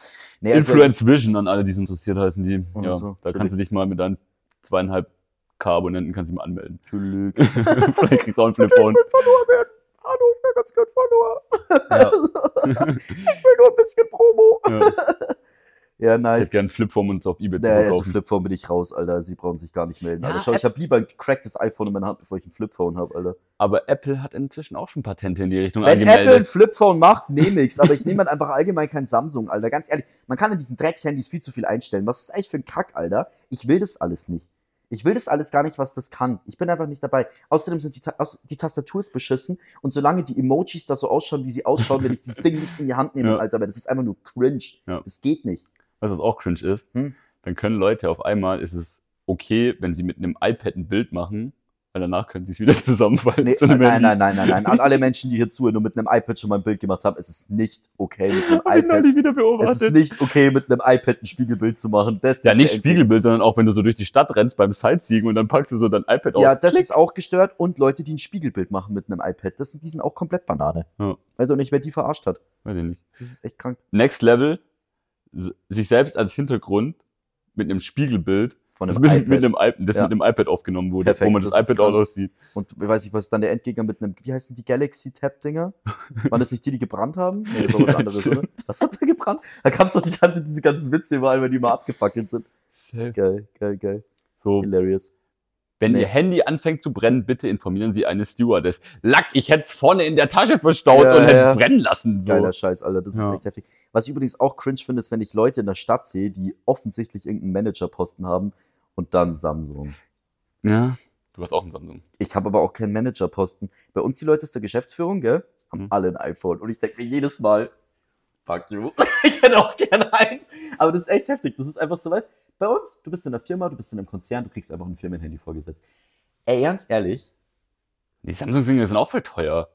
S2: Nee, also,
S1: Influence Vision an alle, die es interessiert, heißen die.
S2: Ach
S1: ja,
S2: so,
S1: da kannst du dich mal mit deinen zweieinhalb K-Abonnenten kannst du dich mal anmelden. *laughs*
S2: Entschuldigung.
S1: Vielleicht kriegst du auch ein
S2: Natürlich, *laughs*
S1: Flipphone.
S2: Ich will Follower werden. Hallo, ich will ganz gern Follower.
S1: Ja. *laughs*
S2: Ich will nur ein bisschen Promo.
S1: ja. Ich
S2: *laughs* Ja,
S1: hätte
S2: nice.
S1: gern ein Flipphone und es auf Ebay zu
S2: Naja, also
S1: verkaufen.
S2: Flipphone bin ich raus, Alter. Sie brauchen sich gar nicht melden.
S1: Ja,
S2: Alter. Schau, ich habe lieber ein cracktes iPhone in meiner Hand, bevor ich ein Flipphone habe, Alter.
S1: Aber Apple hat inzwischen auch schon Patente in die Richtung
S2: Wenn Apple ein
S1: angemeldet.
S2: Flipphone macht, nehme ich's. Aber ich nehme halt einfach allgemein kein Samsung, Alter. Ganz ehrlich, man kann in diesen Dreckshandys viel zu viel einstellen. Was ist eigentlich für ein Kack, Alter? Ich will das alles nicht. Ich will das alles gar nicht, was das kann. Ich bin einfach nicht dabei. Außerdem sind die, Ta aus- die Tastatur ist beschissen und solange die Emojis da so ausschauen, wie sie ausschauen, will ich dieses Ding nicht in die Hand nehmen,
S1: Ja.
S2: Alter. Weil das ist einfach nur cringe.
S1: Ja.
S2: Das geht nicht.
S1: Weißt du, was auch cringe ist?
S2: Hm.
S1: Dann können Leute auf einmal, ist es okay, wenn sie mit einem iPad ein Bild machen, weil danach können sie es wieder *laughs* zusammenfallen.
S2: Nee,
S1: zu
S2: nein,
S1: einem
S2: nein,
S1: Handy.
S2: nein, nein, nein,
S1: *laughs*
S2: nein. An alle Menschen, die hier zuhören und mit einem iPad schon mal ein Bild gemacht haben, es ist nicht okay mit einem
S1: *laughs* Hab ich
S2: iPad.
S1: neulich wieder
S2: Es ist
S1: beobachtet.
S2: nicht okay, mit einem iPad ein Spiegelbild zu machen. Das
S1: Ja,
S2: ist
S1: nicht
S2: der
S1: Spiegelbild, sondern auch wenn du so durch die Stadt rennst beim Sightseeing und dann packst du so dein iPad
S2: Ja,
S1: aus.
S2: das
S1: Klick.
S2: ist auch gestört. Und Leute, die ein Spiegelbild machen mit einem iPad, das, sind- die sind auch komplett Banane.
S1: Ja.
S2: Weiß auch nicht, wer die verarscht hat.
S1: Weiß ich nicht.
S2: Das ist echt krank.
S1: Next Level, s- sich selbst als Hintergrund mit einem Spiegelbild,
S2: Von
S1: das
S2: einem
S1: mit,
S2: iPad.
S1: mit einem iPad, das
S2: Ja.
S1: mit einem iPad aufgenommen wurde,
S2: Perfekt,
S1: wo man das,
S2: das ist
S1: iPad auch
S2: krank.
S1: aussieht.
S2: Und weiß ich, was dann der Endgegner mit einem, wie heißen die
S1: *laughs*
S2: Galaxy Tab-Dinger? Waren das nicht die, die gebrannt haben? Nee, das war was
S1: Ja,
S2: anderes,
S1: stimmt.
S2: oder? Was hat da gebrannt? Da gab es doch die ganze, diese ganzen Witze überall, weil die mal abgefackelt sind. Geil, geil, geil.
S1: So,
S2: Hilarious.
S1: wenn
S2: nee.
S1: Ihr Handy anfängt zu brennen, bitte informieren Sie eine Stewardess. Lack, ich hätte es vorne in der Tasche verstaut
S2: Ja,
S1: und hätte es
S2: ja.
S1: brennen lassen. So.
S2: Geiler Scheiß, Alter. Das
S1: Ja.
S2: ist echt heftig. Was ich übrigens auch cringe finde, ist, wenn ich Leute in der Stadt sehe, die offensichtlich irgendeinen Managerposten haben und dann Samsung.
S1: Ja. Du hast auch ein Samsung.
S2: Ich habe aber auch keinen Managerposten. Bei uns die Leute aus der Geschäftsführung, gell, haben
S1: Mhm.
S2: alle ein iPhone. Und ich denke mir jedes Mal, fuck you, *laughs* ich hätte auch gerne eins. Aber das ist echt heftig. Das ist einfach so, weißt bei uns, du bist in der Firma, du bist in einem Konzern, du kriegst einfach ein Firmenhandy vorgesetzt. Ey, ganz ehrlich,
S1: Die Samsung-Dinger sind auch voll teuer.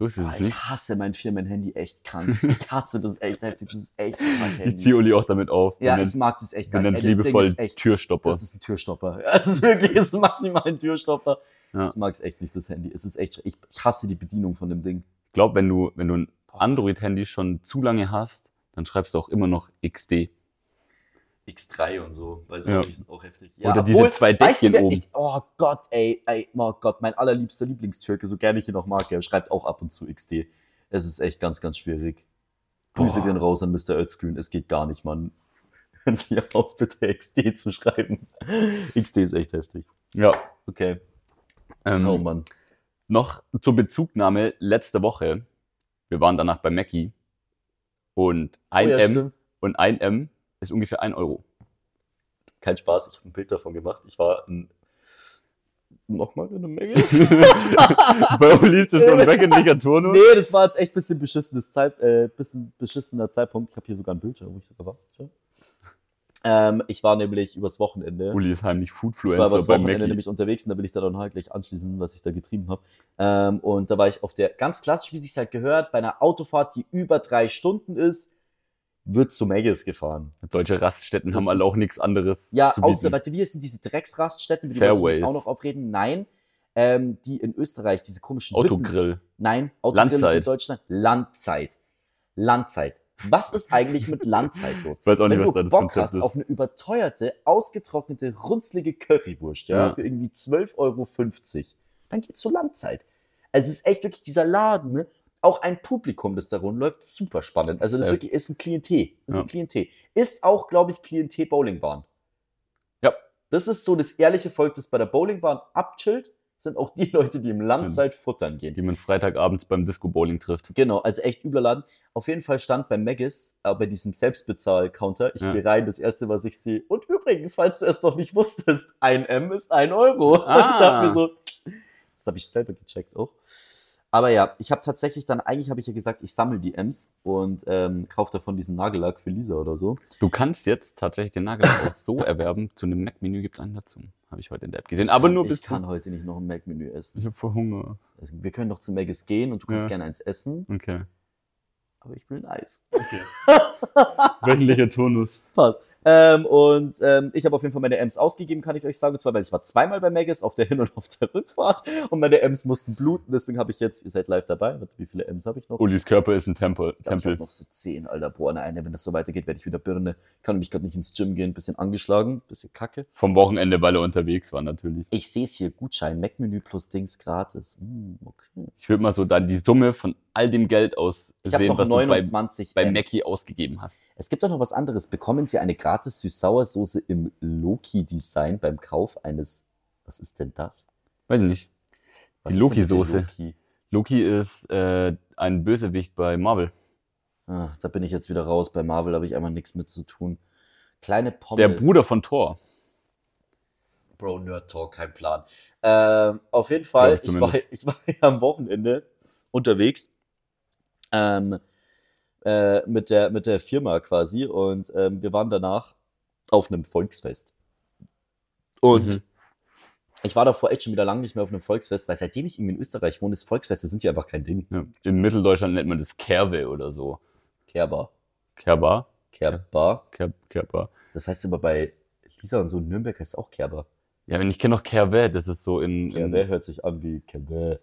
S1: So ist es
S2: boah, ich
S1: nicht.
S2: hasse mein Firmenhandy echt
S1: *laughs*
S2: krank. Ich hasse das echt heftig. Das ist echt krank.
S1: Ich ziehe Uli auch damit auf.
S2: ja,
S1: Wir nennen-
S2: ich mag das echt
S1: wir
S2: gar
S1: nennen
S2: nicht.
S1: es
S2: Ey, das Ding
S1: liebevoll
S2: ist echt
S1: Türstopper.
S2: Das ist ein Türstopper. *laughs* Ja, Das ist wirklich das ist maximal ein Türstopper.
S1: Ja.
S2: Ich mag es echt nicht, das Handy. Es ist echt, schre- ich, ich hasse die Bedienung von dem Ding.
S1: Ich glaube, wenn du, wenn du ein Android-Handy schon zu lange hast, dann schreibst du auch immer noch XD.
S2: X3 und so, weil so
S1: Ja.
S2: die sind auch heftig. Ja,
S1: Oder
S2: obwohl,
S1: diese zwei
S2: weißt du,
S1: Deckchen
S2: wer,
S1: oben.
S2: ich, oh Gott, ey, ey, oh Gott, mein allerliebster Lieblingstürke, so gerne ich ihn auch mag, er schreibt auch ab und zu XD. Es ist echt ganz, ganz schwierig. Grüße
S1: Boah.
S2: gehen raus an Mr. Özgün, es geht gar nicht, Mann. *laughs* Hört ihr auf, bitte XD zu schreiben. *laughs* XD ist echt heftig.
S1: Ja.
S2: Okay,
S1: Ähm,
S2: oh Mann.
S1: Noch zur Bezugnahme letzte Woche. Wir waren danach bei Mackie. Und ein
S2: oh, ja,
S1: M
S2: stimmt.
S1: und ein M ist ungefähr ein
S2: *laughs*
S1: Euro.
S2: Kein Spaß, ich habe ein Bild davon gemacht. Ich war in, nochmal in
S1: *laughs*
S2: einem Megis.
S1: bei Uli ist das so ein weggendiger Turno.
S2: Nee, das war jetzt echt ein bisschen, beschissenes Zeit, äh, bisschen beschissener Zeitpunkt. Ich habe hier sogar ein Bild, wo ich sogar war. Schau. Ähm, ich war nämlich übers Wochenende.
S1: Uli ist heimlich
S2: Ich war
S1: Foodfluencer
S2: übers
S1: bei
S2: Wochenende
S1: Mackie.
S2: nämlich unterwegs und da will ich da dann halt gleich anschließen, was ich da getrieben habe. Ähm, und da war ich auf der, ganz klassisch, wie sich's halt gehört, bei einer Autofahrt, die über drei Stunden ist, wird zu Megis gefahren.
S1: Deutsche Raststätten
S2: Das
S1: haben alle
S2: ist-
S1: auch nichts anderes
S2: Ja,
S1: zu bieten.
S2: außer, warte, wir sind diese Drecksraststätten, über die wollte ich mich
S1: Fairways.
S2: auch noch aufreden. Nein, ähm, die in Österreich, diese komischen Hütten.
S1: Autogrill.
S2: Nein, Autogrill ist in
S1: Landzeit.
S2: Deutschland Landzeit. Landzeit. Was ist eigentlich mit Landzeit los?
S1: Ich weiß auch nicht,
S2: Wenn du
S1: was da das
S2: Bock
S1: Konzept
S2: hast
S1: ist.
S2: auf eine überteuerte, ausgetrocknete, runzlige Currywurst, ja,
S1: Ja.
S2: für irgendwie 12,50 Euro, dann geht's zur Landzeit. Also es ist echt wirklich dieser Laden, ne? auch ein Publikum, das da rumläuft, super spannend. Also das ist
S1: Safe.
S2: wirklich ist ein Klientel, ist
S1: Ja.
S2: ein Klientel. Ist auch, glaube ich, Klientel Bowlingbahn.
S1: Ja.
S2: Das ist so das ehrliche Volk, das bei der Bowlingbahn abchillt, sind auch die Leute, die im
S1: Genau.
S2: Landzeit futtern gehen.
S1: die man Freitagabends beim Disco-Bowling trifft.
S2: Genau, also echt übler Laden. Auf jeden Fall stand bei Maggis, äh, bei diesem Selbstbezahl-Counter, ich
S1: Ja.
S2: gehe rein, das erste, was ich sehe. Und übrigens, falls du es noch nicht wusstest, ein M ist ein Euro. *laughs* Und ich
S1: Ah.
S2: dachte mir so, das habe ich selber gecheckt auch. Aber ja, ich habe tatsächlich dann, eigentlich habe ich ja gesagt, ich sammle die Ms und ähm, kaufe davon diesen Nagellack für Lisa oder so.
S1: Du kannst jetzt tatsächlich den
S2: *laughs*
S1: Nagel auch so erwerben. Zu einem Mac-Menü gibt es einen dazu. Habe ich heute in der App gesehen. Aber nur
S2: ich
S1: bis
S2: kann heute nicht noch ein Mac-Menü essen.
S1: Ich habe vor Hunger.
S2: Also, wir können doch zu Maggis gehen und du kannst
S1: Ja.
S2: gerne eins essen,
S1: Okay.
S2: aber ich will ein Eis. *laughs*
S1: okay. Wöchentlicher Turnus.
S2: Passt. Ähm, und ähm, ich habe auf jeden Fall meine Ems ausgegeben, kann ich euch sagen. Und zwar, weil ich war zweimal bei Maggis auf der Hin- und auf der Rückfahrt. Und meine Ems mussten bluten. Deswegen habe ich jetzt, ihr seid live dabei. Warte, Wie viele Ems habe ich noch?
S1: Ulis Körper ist ein Tempel.
S2: ich glaube, ich habe
S1: Tempel.
S2: noch so zehn, Alter. Boah, nein, wenn das so weitergeht, werde ich wieder Birne. Kann nämlich gerade nicht ins Gym gehen. Bisschen angeschlagen, bisschen kacke.
S1: Vom Wochenende, weil er unterwegs war natürlich.
S2: Ich sehe es hier. Gutschein, Mac-Menü plus Dings gratis. Hm, okay.
S1: Ich würde mal so dann die Summe von all dem Geld aus
S2: Ich habe
S1: sehen,
S2: noch
S1: was du bei,
S2: 29
S1: bei
S2: Ems.
S1: Mackie ausgegeben hast.
S2: Es gibt doch noch was anderes. Bekommen Sie eine gratis Süß-Sauer-Soße im Loki-Design beim Kauf eines... Was ist denn das?
S1: Weiß ich nicht.
S2: Was
S1: Die
S2: ist denn mit der
S1: Loki-Soße.
S2: Loki?
S1: Loki ist äh, ein Bösewicht bei Marvel.
S2: Ah, da bin ich jetzt wieder raus. Bei Marvel habe ich einfach nichts mit zu tun. Kleine Pommes.
S1: Der Bruder von Thor.
S2: Bro, Nerd Talk, kein Plan. Ähm, auf jeden Fall,
S1: Glaub ich
S2: ich war, *laughs* ich war ja am Wochenende unterwegs ähm, äh, mit, der, mit der Firma quasi und ähm, wir waren danach auf einem Volksfest. Und
S1: Mhm.
S2: ich war davor echt schon wieder lange nicht mehr auf einem Volksfest, weil seitdem ich irgendwie in Österreich wohne, ist Volksfeste sind ja einfach kein Ding.
S1: Ja. In Mitteldeutschland nennt man das Kerwe oder so.
S2: Kerber.
S1: Kerber?
S2: Kerber.
S1: Ker Kerber.
S2: Das heißt aber bei Lisa und so in Nürnberg heißt es auch Kerber. Mhm.
S1: Ja, und ich kenne noch Kerwe, das ist so in.
S2: Ja,
S1: in
S2: der hört sich an wie Kende.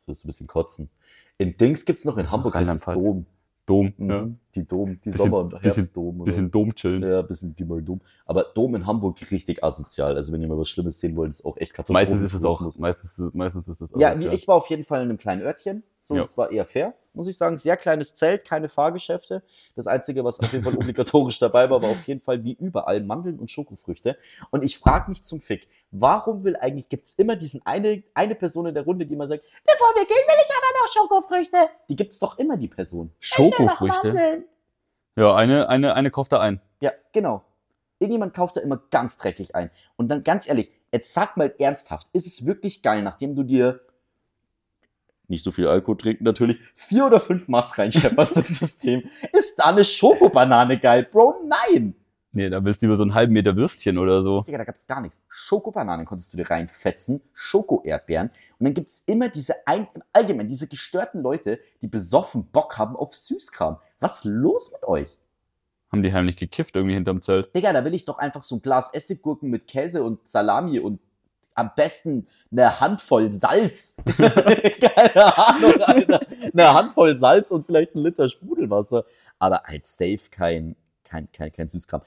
S2: So ist ein bisschen kotzen. In Dings gibt es noch in Hamburg heißt es
S1: Rheinland-Pfalz.
S2: Dom.
S1: Dom.
S2: Mhm.
S1: Ja.
S2: Die Dom, die
S1: Bisschen-
S2: Sommer- und
S1: bisschen-
S2: Herbstdom. oder-
S1: Bisschen Dom chillen.
S2: ja, bisschen die mal Dom. Aber Dom in Hamburg richtig asozial. Also wenn ihr mal was Schlimmes sehen wollt, ist auch echt katastrophal.
S1: Meistens ist es auch. Meistens, meistens ist es auch.
S2: Ja, wie ich war auf jeden Fall in einem kleinen Örtchen. So,
S1: Ja.
S2: das war eher fair, muss ich sagen. Sehr kleines Zelt, keine Fahrgeschäfte. Das Einzige, was auf
S1: *laughs*
S2: jeden Fall obligatorisch dabei war, war auf jeden Fall wie überall Mandeln und Schokofrüchte. Und ich frage mich zum Fick, warum will eigentlich, gibt's immer diesen eine, eine Person in der Runde, die immer sagt, bevor wir gehen, will ich aber noch Schokofrüchte. Die gibt's doch immer, die Person.
S1: Schokofrüchte. Ja, eine, eine, eine kauft da ein.
S2: Ja, genau. Irgendjemand kauft da immer ganz dreckig ein. Und dann ganz ehrlich, jetzt sag mal ernsthaft, ist es wirklich geil, nachdem du dir nicht so viel Alkohol trinken natürlich, vier oder fünf Mass reinschepperst ins System, ist da eine Schokobanane geil? Bro, nein!
S1: Nee, da willst du lieber so einen halben Meter Würstchen oder so.
S2: Digga, da gab's gar nichts. Schokobananen konntest du dir reinfetzen, Schokoerdbeeren. Und dann gibt's immer diese, ein, im Allgemeinen, diese gestörten Leute, die besoffen Bock haben auf Süßkram. Was ist los mit euch?
S1: Haben die heimlich gekifft irgendwie hinterm Zelt.
S2: Digga, da will ich doch einfach so ein Glas Essiggurken mit Käse und Salami und am besten eine Handvoll Salz. *laughs* Keine Ahnung, Alter. Eine Handvoll Salz und vielleicht ein Liter Sprudelwasser. Aber halt safe kein, kein, kein, kein Süßkram.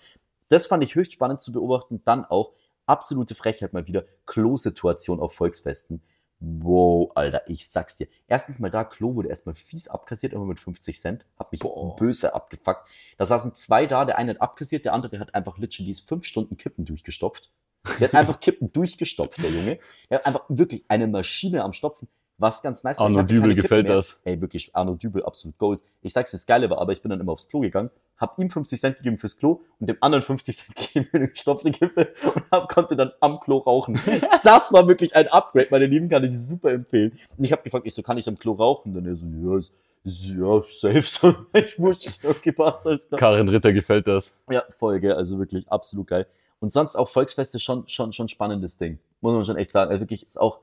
S2: Das fand ich höchst spannend zu beobachten. Dann auch absolute Frechheit mal wieder. Klo-Situation auf Volksfesten. Wow, Alter, ich sag's dir. Erstens mal da, Klo wurde erstmal fies abkassiert, immer mit 50 Cent. Hab mich
S1: Boah.
S2: böse abgefuckt. Da saßen zwei da, der eine hat abkassiert, der andere hat einfach literally dies fünf Stunden Kippen durchgestopft. Der
S1: *laughs*
S2: hat einfach Kippen durchgestopft, der Junge. Der hat einfach wirklich eine Maschine am Stopfen, was ganz nice war. Ich
S1: Arno
S2: hatte keine
S1: Dübel
S2: Kippen
S1: gefällt
S2: mehr.
S1: das.
S2: Ey, wirklich, Arno Dübel, absolut Gold. Ich sag's dir, das Geile war, aber ich bin dann immer aufs Klo gegangen, hab ihm 50 Cent gegeben fürs Klo und dem anderen 50 Cent *laughs* gegeben für eine gestopfte Kippe und hab, konnte dann am
S1: *laughs*
S2: Klo rauchen. Das war wirklich ein Upgrade, meine Lieben, kann ich super empfehlen. Und ich hab gefragt, ich so, kann ich am Klo rauchen? Dann er so, ja, ist ja, safe, *laughs* so ich muss, okay, passt, alles klar.
S1: Karin Ritter gefällt das.
S2: Ja, Folge, also wirklich absolut geil. Und sonst auch Volksfeste schon, schon, schon spannendes Ding. Muss man schon echt sagen. Also wirklich ist auch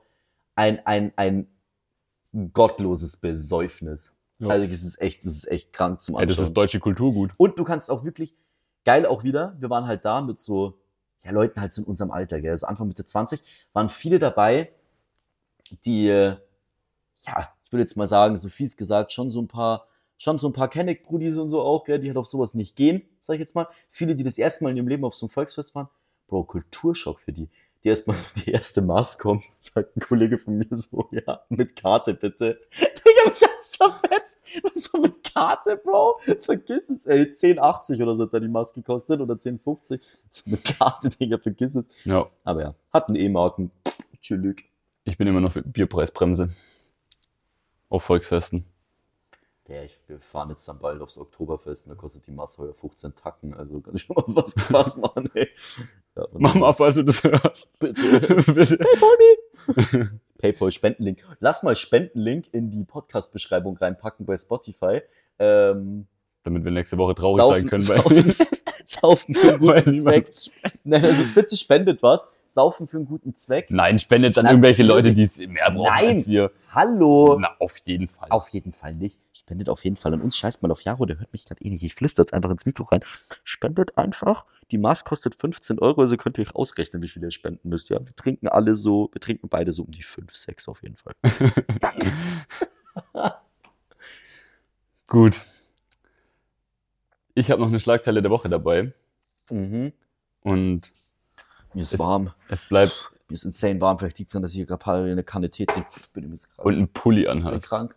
S2: ein, ein, ein gottloses Besäufnis.
S1: Ja.
S2: Also es ist echt, es ist echt krank zum
S1: Ey, das
S2: Anschauen.
S1: ist deutsche Kulturgut.
S2: Und du kannst auch wirklich, geil auch wieder, wir waren halt da mit so, ja, Leuten halt so in unserem Alter, gell, also Anfang Mitte 20, waren viele dabei, die, äh, ja, ich würde jetzt mal sagen, so fies gesagt, schon so ein paar, schon so ein paar Kenneck-Brudis und so auch, gell, die halt auf sowas nicht gehen, sag ich jetzt mal. Viele, die das erste Mal in ihrem Leben auf so einem Volksfest waren, Bro, Kulturschock für die. Die erstmal die erste Maß kommt, *laughs* sagt ein Kollege von mir so, ja, mit Karte bitte. *laughs* Digga, mich hat's zerfetzt. Was so mit Karte, Bro? Vergiss es, ey. 10,80 oder so hat da die Maß gekostet oder *laughs* 10,50. So mit Karte, Digga, vergiss es.
S1: Ja,
S2: Aber ja, hatten E-Marken. Chillig.
S1: ich bin immer noch für Bierpreisbremse. Auf
S2: *laughs*
S1: Volksfesten.
S2: Ja, ich, wir fahren jetzt dann bald aufs Oktoberfest und da kostet die Maß heuer 15 Tacken, also kann ich *laughs* schon mal was gefasst machen, ey. Ja, und-
S1: Mach mal, falls du das hörst. *laughs*
S2: Bitte.
S1: Bitte.
S2: Paypal me! *laughs* Paypal Spendenlink. Lass mal Spendenlink in die Podcast-Beschreibung reinpacken bei Spotify. Ähm,
S1: Damit wir nächste Woche traurig sein können.
S2: saufen,
S1: *laughs*
S2: saufen für einen
S1: Weil
S2: guten
S1: niemand-
S2: Zweck. Nein, also bitte spendet was. Saufen für einen guten Zweck.
S1: Nein, spendet an
S2: Nein,
S1: irgendwelche
S2: natürlich.
S1: Leute, die es mehr brauchen
S2: Nein.
S1: als wir.
S2: Hallo!
S1: Na, auf jeden Fall.
S2: Auf jeden Fall nicht. Spendet auf jeden Fall an uns. Scheiß mal auf Jaro, der hört mich gerade eh nicht. Ich flüster jetzt einfach ins Mikro rein. Spendet einfach. Die Maß kostet 15 Euro, also könnt ihr euch ausrechnen, wie viel ihr spenden müsst. Ja, wir trinken alle so, wir trinken beide so um die 5, 6 auf jeden Fall.
S1: Gut. Ich habe noch eine Schlagzeile der Woche dabei.
S2: Mhm.
S1: Und
S2: Mir ist
S1: Es-
S2: warm.
S1: es bleibt.
S2: Mir ist insane warm. Vielleicht liegt es daran, dass ich hier gerade eine Kanne Tee trinke. Ich bin übrigens krank.
S1: Und ein Pulli
S2: ich bin
S1: anhast.
S2: krank.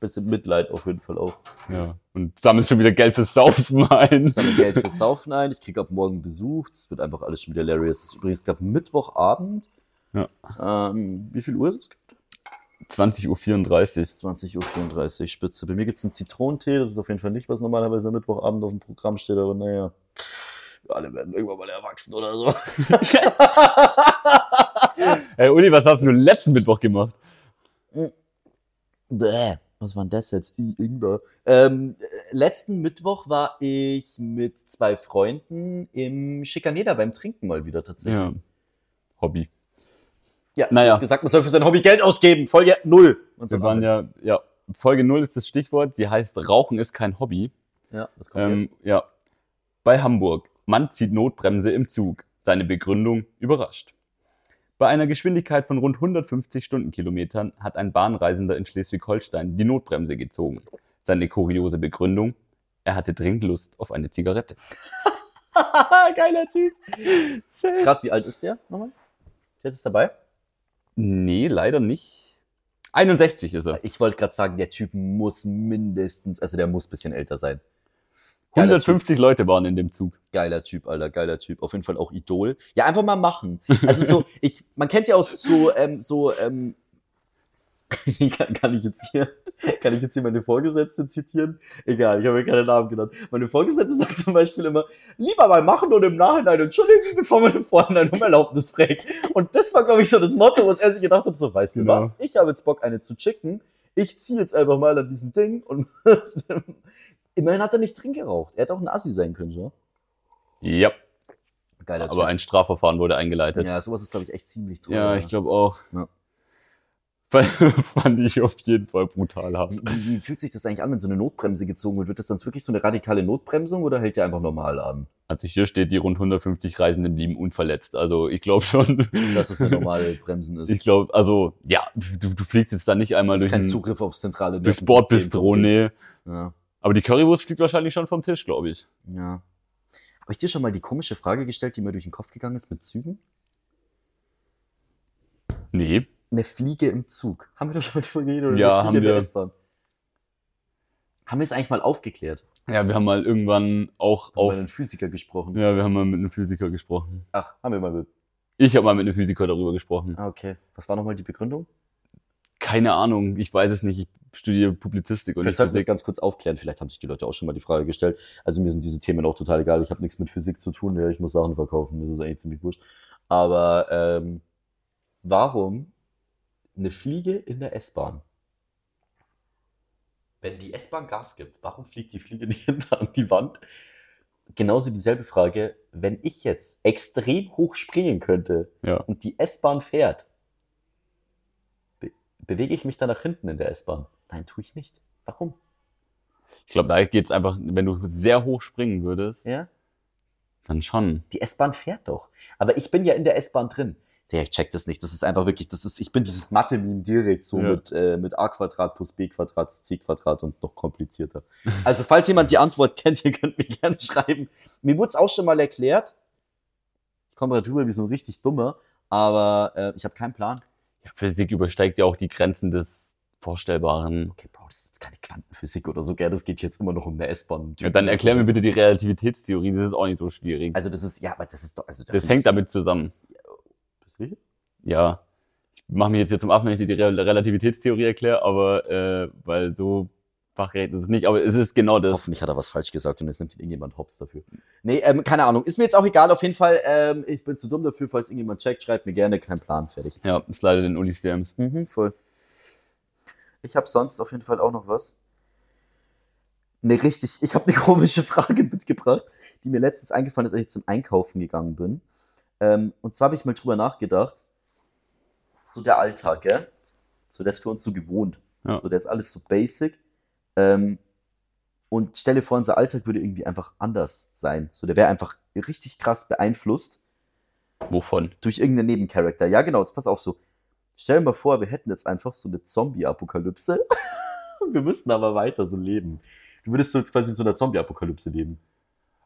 S2: Bisschen Mitleid auf jeden Fall auch.
S1: Ja. Und sammelst schon wieder Geld fürs Saufen ein.
S2: Ich sammle Geld fürs Saufen ein. Ich kriege ab morgen Besuch. Es wird einfach alles schon wieder hilarious. Es ist übrigens gerade Mittwochabend.
S1: Ja.
S2: Ähm, wie viel Uhr ist es?
S1: 20.34 Uhr.
S2: 20.34 Uhr, Spitze. Bei mir gibt es einen Zitronentee, das ist auf jeden Fall nicht, was normalerweise am Mittwochabend auf dem Programm steht, aber naja. Wir alle werden irgendwann mal erwachsen oder so. *laughs*
S1: Hey Uli, was hast du letzten Mittwoch gemacht?
S2: Bäh, was war denn das jetzt? I, Ingwer. Ähm, äh, letzten Mittwoch war ich mit zwei Freunden im Schikaneder beim Trinken mal wieder tatsächlich.
S1: Ja. Hobby.
S2: Ja,
S1: Naja.
S2: du hast gesagt, man soll für sein Hobby Geld ausgeben. Folge null. Und
S1: Wir waren ja, ja, Folge 0 ist das Stichwort. Die heißt Rauchen ist kein Hobby.
S2: Ja, das kommt
S1: Ähm, ja. Bei Hamburg. Mann zieht Notbremse im Zug. Seine Begründung überrascht. Bei einer Geschwindigkeit von rund 150 Stundenkilometern hat ein Bahnreisender in Schleswig-Holstein die Notbremse gezogen. Seine kuriose Begründung, er hatte dringend Lust auf eine Zigarette.
S2: jetzt. *laughs* Geiler Typ. Krass, wie alt ist der nochmal? Der ist dabei?
S1: Nee, leider nicht. 61 ist er.
S2: Ich wollte gerade sagen, der Typ muss mindestens, also der muss ein bisschen älter sein. Geiler Typ,
S1: 150 Leute waren in dem Zug.
S2: geiler Typ, Alter, geiler Typ. Auf jeden Fall auch Idol. Ja, einfach mal machen. Also so, ich, man kennt ja auch so, ähm, so, ähm, *laughs* kann, kann ich jetzt hier, kann ich jetzt hier meine Vorgesetzte zitieren? Egal, ich habe mir keine Namen genannt. Meine Vorgesetzte sagt zum Beispiel immer, lieber mal machen und im Nachhinein entschuldigen, bevor man im Vorhinein um Erlaubnis fragt. Und das war, glaube ich, so das Motto, was er sich gedacht hat, so, weißt
S1: Genau.
S2: du was, ich habe jetzt Bock, eine zu chicken. Ich ziehe jetzt einfach mal an diesem Ding und *laughs* immerhin hat er nicht drin geraucht. Er hätte auch ein Assi sein können, ja?
S1: Ja,
S2: Geiler
S1: aber ein Strafverfahren wurde eingeleitet.
S2: Typ. Ja, sowas ist, glaube ich, echt ziemlich traurig.
S1: Ja, ich glaube auch.
S2: Ja.
S1: *laughs* Fand ich auf jeden Fall brutal hart.
S2: Wie, wie, wie fühlt sich das eigentlich an, wenn so eine Notbremse gezogen wird? Wird das dann wirklich so eine radikale Notbremsung oder hält der einfach normal an?
S1: Also hier steht, die rund 150 Reisenden blieben unverletzt. Also ich glaube
S2: *laughs*
S1: schon.
S2: Dass
S1: *laughs*
S2: es eine normale Bremsen ist.
S1: Ich glaube, also ja, du, du fliegst jetzt da nicht einmal
S2: Das
S1: durch,
S2: ist kein
S1: ein-
S2: Zugriff aufs zentrale
S1: durchs
S2: Nervensystem.
S1: Bordbistro, nee.
S2: Ja,
S1: Aber die Currywurst fliegt wahrscheinlich schon vom Tisch, glaube ich.
S2: ja. Habe ich dir schon mal die komische Frage gestellt, die mir durch den Kopf gegangen ist mit Zügen?
S1: Nee.
S2: Eine Fliege im Zug. Haben wir das schon mal drüber geredet? Oder
S1: Ja,
S2: eine Fliege
S1: haben
S2: in der
S1: wir.
S2: S-Bahn? Haben wir es eigentlich mal aufgeklärt?
S1: Ja, wir haben mal irgendwann auch
S2: Haben wir
S1: auf.
S2: mit einem Physiker gesprochen?
S1: Ja, wir haben mal mit einem Physiker gesprochen.
S2: Ach, haben wir mal. mit-
S1: Ich habe mal mit einem Physiker darüber gesprochen.
S2: Ah, okay. Was war nochmal die Begründung?
S1: Keine Ahnung, ich weiß es nicht. Ich studiere Publizistik und
S2: Vielleicht
S1: nicht
S2: sollten wir das
S1: Physik.
S2: ganz kurz aufklären. Vielleicht haben sich die Leute auch schon mal die Frage gestellt. Also mir sind diese Themen auch total egal. Ich habe nichts mit Physik zu tun. Ja, ich muss Sachen verkaufen. Mir ist es eigentlich ziemlich wurscht. Aber ähm, warum eine Fliege in der S-Bahn? wenn die S-Bahn Gas gibt, warum fliegt die Fliege *laughs* nicht hinter an die Wand? Genauso dieselbe Frage, wenn ich jetzt extrem hoch springen könnte
S1: Ja.
S2: und die S-Bahn fährt, be bewege ich mich dann nach hinten in der S-Bahn? Nein, tue ich nicht. Warum?
S1: Ich glaube, da geht es einfach, wenn du sehr hoch springen würdest,
S2: Ja?
S1: dann schon.
S2: Die S-Bahn fährt doch. Aber ich bin ja in der S-Bahn drin. Der, ich check das nicht. Das ist einfach wirklich, das ist, ich bin dieses Mathe-Meme direkt so
S1: Ja.
S2: mit, äh, mit a Quadrat plus b Quadrat ist c Quadrat und noch komplizierter. *laughs* Also, falls jemand die Antwort kennt, ihr könnt mir gerne schreiben. Mir wurde es auch schon mal erklärt. Ich komme gerade rüber wie so ein richtig Dummer, aber äh, ich habe keinen Plan.
S1: Ja, Physik übersteigt ja auch die Grenzen des Vorstellbaren.
S2: Okay, Bro, das ist jetzt keine Quantenphysik oder so, gell? Das geht jetzt immer noch um eine S-Bahn.
S1: Ja, dann erklär mir bitte die Relativitätstheorie, das ist auch nicht so schwierig.
S2: Also, das ist, ja, aber das ist doch, also,
S1: das hängt damit zusammen.
S2: Bist du sicher?
S1: Ja. Ich mache mich jetzt hier zum Affen, wenn ich dir die Re Relativitätstheorie erkläre, aber äh, weil so fachgerät ist es nicht, aber es ist genau das.
S2: Hoffentlich hat er was falsch gesagt und es nimmt ihn irgendjemand hops dafür. Nee, ähm, keine Ahnung. Ist mir jetzt auch egal. Auf jeden Fall, ähm, ich bin zu dumm dafür. Falls irgendjemand checkt, schreibt mir gerne. Kein Plan, fertig.
S1: Ja, ist leider den Uli Stamps.
S2: Mhm, voll. Ich habe sonst auf jeden Fall auch noch was. Ne, richtig. Ich habe eine *laughs* komische Frage mitgebracht, die mir letztens eingefallen ist, als ich zum Einkaufen gegangen bin. Ähm, und zwar habe ich mal drüber nachgedacht. So der Alltag, gell? So der ist für uns so gewohnt.
S1: Ja.
S2: So der ist alles so basic. Ähm, und stelle vor, unser Alltag würde irgendwie einfach anders sein. So der wäre einfach richtig krass beeinflusst
S1: Wovon?
S2: durch irgendeinen Nebencharakter. Ja, genau, jetzt pass auf so. Stell dir mal vor, wir hätten jetzt einfach so eine Zombie-Apokalypse. *laughs* Und wir müssten aber weiter so leben. Du würdest so jetzt quasi in so einer Zombie-Apokalypse leben.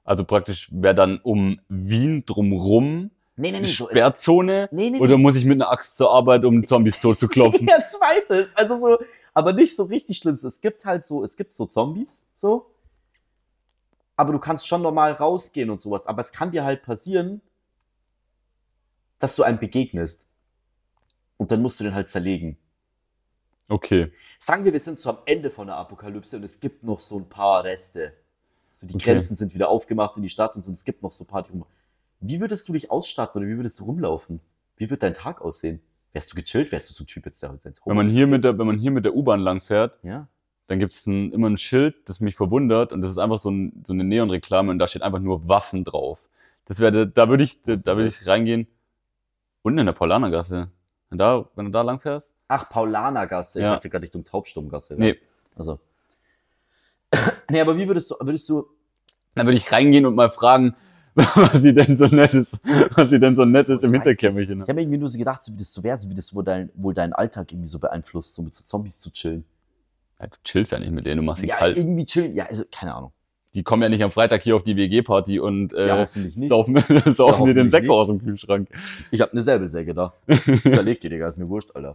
S1: Also praktisch wäre dann um Wien drumrum
S2: Nee, nee,
S1: eine
S2: So
S1: Sperrzone
S2: nee, nee,
S1: oder muss ich mit einer Axt zur Arbeit, um
S2: *laughs*
S1: Zombies
S2: nee.
S1: totzuklopfen?
S2: Der zweite ist, also so, aber nicht so richtig schlimm. So, Es gibt halt so, es gibt so Zombies, so. Aber du kannst schon normal rausgehen und sowas. Aber es kann dir halt passieren, dass du einem begegnest. Und dann musst du den halt zerlegen.
S1: Okay.
S2: Sagen wir, wir sind so am Ende von der Apokalypse und es gibt noch so ein paar Reste. So die
S1: Okay.
S2: Grenzen sind wieder aufgemacht in die Stadt und so, und es gibt noch so ein paar, die rum. Wie würdest du dich ausstatten oder wie würdest du rumlaufen? Wie wird dein Tag aussehen? Wärst du gechillt? Wärst du so ein Typ jetzt, der heute sein
S1: Wenn man hier mit der, wenn man hier mit der U-Bahn langfährt,
S2: Ja.
S1: dann gibt es ein, immer ein Schild, das mich verwundert und das ist einfach so, ein, so eine Neonreklame und da steht einfach nur Waffen drauf. Das wäre, da würde ich, da, würde ich reingehen. Unten in der Paulanergasse. Wenn, da, wenn du da langfährst.
S2: Ach, Paulanergasse.
S1: Ja.
S2: Ich dachte gerade Richtung Taubsturmgasse.
S1: Nee.
S2: Also. *coughs* nee, aber wie würdest du, würdest du,
S1: Dann würde ich reingehen und mal fragen, *laughs* was sie denn so nettes, was sie denn so nettes im
S2: Ich weiß
S1: Hinterkämmerchen ne?
S2: ich
S1: haben.
S2: habe irgendwie nur so gedacht, so wie das so wäre, so wie das wohl dein, wohl deinen Alltag irgendwie so beeinflusst, so mit so Zombies zu chillen.
S1: Ja, du chillst ja nicht mit denen, du machst sie
S2: Ja,
S1: kalt.
S2: irgendwie chillen. Ja, also, keine Ahnung.
S1: Die kommen ja nicht am Freitag hier auf die WG-Party und äh,
S2: ja, hoffentlich nicht.
S1: saufen, *laughs* saufen dir den
S2: hoffentlich
S1: Sekt
S2: nicht.
S1: aus dem Kühlschrank.
S2: Ich hab eine
S1: *laughs*
S2: Säbelsäge da. Zerleg die, Digga, ist mir wurscht, Alter.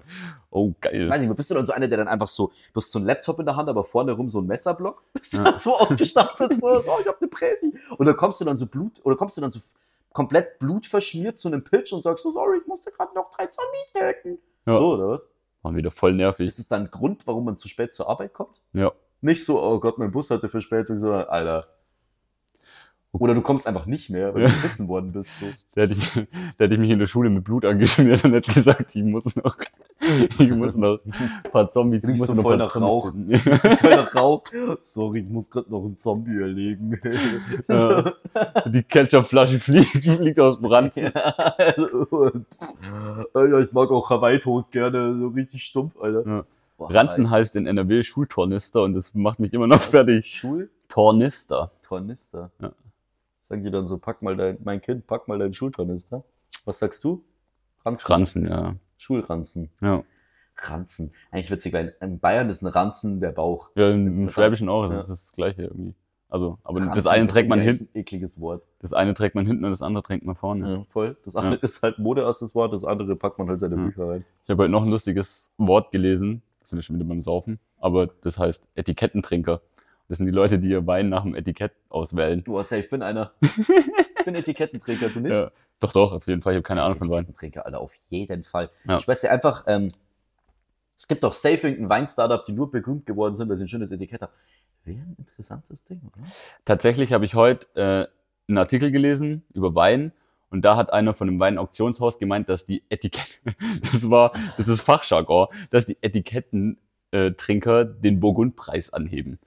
S1: Oh, geil.
S2: Weiß nicht, bist du dann so einer, der dann einfach so, du hast so einen Laptop in der Hand, aber vorne rum so ein Messerblock? *laughs* Bist du dann so ausgestattet, so, so, ich hab eine Präsi. Und dann kommst du dann so Blut, oder kommst du dann so komplett blutverschmiert zu einem Pitch und sagst so, sorry, ich musste gerade noch drei Zombies töten.
S1: Ja.
S2: So, oder was?
S1: Waren wieder voll nervig.
S2: Ist es dann ein Grund, warum man zu spät zur Arbeit kommt?
S1: Ja.
S2: Nicht so, oh Gott, mein Bus hatte Verspätung, sondern, Alter. Oder du kommst einfach nicht mehr, weil
S1: Ja.
S2: du gebissen worden bist. So.
S1: Der hätte, ich, *laughs* der hätte ich mich in der Schule mit Blut angeschmiert und hätte gesagt, ich muss noch, *laughs* ich muss noch ein paar Zombies. ich
S2: Riechst
S1: muss
S2: so
S1: noch ein
S2: voll
S1: paar
S2: nach
S1: Zombies
S2: Rauch.
S1: töten.
S2: Bist du voll nach Rauch? Sorry, ich muss gerade noch einen Zombie erlegen.
S1: *laughs* Ja. *laughs* Die Ketchupflasche fliegt, fliegt aus dem Ranzen.
S2: Ja, und, äh, ja, ich mag auch Hawaii-Toast gerne, so richtig stumpf, Alter.
S1: Ja.
S2: Boah,
S1: Ranzen heißt in NRW Schultornister und das macht mich immer noch *laughs* fertig. Tornister.
S2: Schultornister.
S1: Ja.
S2: Sagen die dann so, pack mal dein, mein Kind, pack mal deinen Schultornister. Was sagst du? Ranzen.
S1: Ranzen, ja.
S2: Schulranzen.
S1: Ja,
S2: Ranzen. Eigentlich witzig, weil in Bayern ist ein Ranzen der Bauch.
S1: ja
S2: Ist ein
S1: im Schwäbischen auch, das
S2: Ja.
S1: ist das Gleiche irgendwie. Also, aber das
S2: Ranzen
S1: eine
S2: ist
S1: trägt man
S2: irgendwie
S1: hinten,
S2: Ein ekliges Wort.
S1: das eine trägt man hinten und das andere trägt man vorne.
S2: Ja, voll. Das andere ist halt Modeaccessoire, das andere packt man halt seine
S1: Ja.
S2: Bücher rein.
S1: Ich habe heute noch ein lustiges Wort gelesen, das sind wir schon wieder beim Saufen, aber das heißt Etikettentrinker. Das sind die Leute, die ihr Wein nach dem Etikett auswählen.
S2: Du, safe, ich bin
S1: *laughs*
S2: einer. Ich bin Etikettenträger, du nicht?
S1: Ja. Doch, doch, auf jeden Fall. Ich habe keine Ahnung von Wein.
S2: Etikettenträger, Alter, auf jeden Fall.
S1: Ja.
S2: Ich weiß ja einfach, ähm, es gibt doch safe irgendein Wein-Startup, die nur berühmt geworden sind, weil sie ein schönes Etikett haben. Wäre ein interessantes Ding, oder?
S1: Tatsächlich habe ich heute äh, einen Artikel gelesen über Wein und da hat einer von einem *laughs* Weinauktionshaus gemeint, dass die Etiketten, das war, das ist Fachjargon, dass die Etiketten äh, Trinker den Burgundpreis anheben.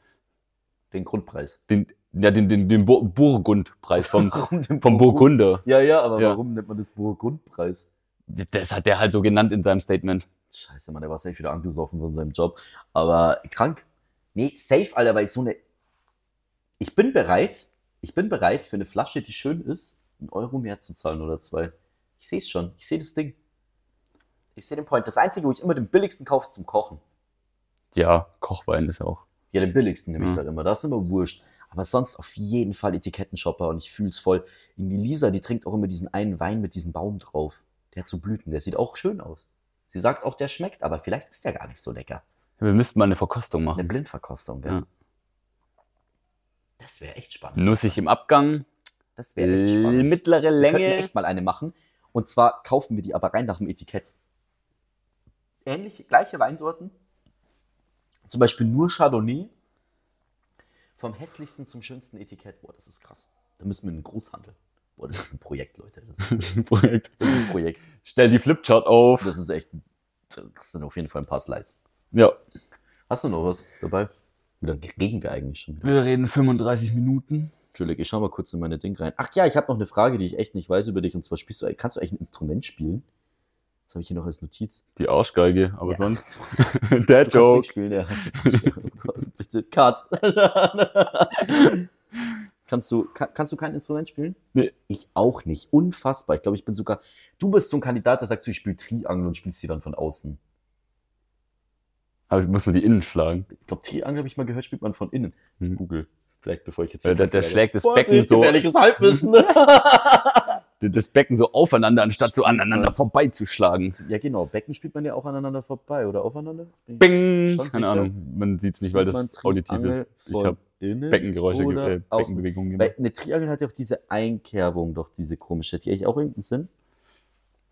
S2: Den Grundpreis.
S1: Den, ja, den, den, den Bur Burgundpreis vom,
S2: *laughs* Warum den
S1: vom
S2: Burgund?
S1: Burgunder.
S2: Ja, ja, aber
S1: Ja.
S2: warum nennt man das Burgundpreis?
S1: Das hat der halt so genannt in seinem Statement.
S2: Scheiße, Mann, der war safe wieder angesoffen von seinem Job. Aber krank. Nee, safe, Alter, weil so eine. Ich bin bereit, ich bin bereit für eine Flasche, die schön ist, einen Euro mehr zu zahlen oder zwei. Ich sehe es schon. Ich sehe das Ding. Ich sehe den Point. Das Einzige, wo ich immer den billigsten kaufe, ist zum Kochen.
S1: Ja, Kochwein ist auch.
S2: Ja, den billigsten nehme ich
S1: Mhm.
S2: dann immer. Das ist immer wurscht. Aber sonst auf jeden Fall Etiketten-Shopper und ich fühle es voll. In die Lisa, die trinkt auch immer diesen einen Wein mit diesem Baum drauf. Der hat so Blüten, der sieht auch schön aus. Sie sagt auch, der schmeckt, aber vielleicht ist der gar nicht so lecker.
S1: Wir müssten mal eine Verkostung machen.
S2: Eine Blindverkostung, gell?
S1: Hm. Ja.
S2: Das wäre echt spannend.
S1: Nussig im Abgang,
S2: Das wäre echt
S1: l-
S2: spannend.
S1: mittlere
S2: Wir könnten
S1: Länge.
S2: echt mal eine machen. Und zwar kaufen wir die aber rein nach dem Etikett. Ähnliche, gleiche Weinsorten. Zum Beispiel nur Chardonnay. Vom hässlichsten zum schönsten Etikett. Boah, das ist krass. Da müssen wir in den Großhandel. Boah, das ist ein Projekt, Leute. Das ist
S1: Projekt.
S2: das ist ein *laughs* Projekt.
S1: Stell die Flipchart auf.
S2: Das ist echt. ein- Das sind auf jeden Fall ein paar Slides.
S1: Ja.
S2: Hast du noch was dabei? Wie lange reden wir eigentlich schon wieder?
S1: Wir reden 35 Minuten.
S2: Entschuldigung, ich schau mal kurz in meine Ding rein. Ach ja, ich habe noch eine Frage, die ich echt nicht weiß über dich. Und zwar spielst du, kannst du eigentlich ein Instrument spielen? Das habe ich hier noch als Notiz.
S1: Die Arschgeige, aber
S2: Ja. *laughs*
S1: sonst.
S2: Du
S1: Der
S2: kannst nicht
S1: Joke.
S2: spielen, ja. *laughs* Oh Gott, Bitte, cut. *laughs* kannst, du, ka- kannst du kein Instrument spielen?
S1: Nee.
S2: Ich auch nicht. Unfassbar. Ich glaube, ich bin sogar. Du bist so ein Kandidat, der sagt, so, ich spiele Triangel und spielst sie dann von außen.
S1: Aber ich muss mal die innen schlagen.
S2: Ich glaube, Triangel habe ich mal gehört, spielt man von innen.
S1: Hm.
S2: Google. Vielleicht bevor ich jetzt.
S1: Äh, der- der schlägt das
S2: Vorsicht,
S1: Becken so-
S2: Gefährliches Halbwissen. *laughs*
S1: Das Becken so aufeinander, anstatt so aneinander vorbeizuschlagen.
S2: ja, genau. Becken spielt man ja auch aneinander vorbei oder aufeinander.
S1: Bing! Keine
S2: Schon sicher?
S1: Ahnung, man sieht es nicht, weil
S2: Man
S1: das
S2: Triangel
S1: auditiv ist. Ich
S2: von
S1: habe
S2: innen
S1: Beckengeräusche, ge-
S2: oder
S1: äh,
S2: außen.
S1: Beckenbewegungen
S2: Weil
S1: gemacht.
S2: eine Triangel hat ja auch diese Einkerbung, doch diese komische. Hat die eigentlich auch irgendeinen Sinn?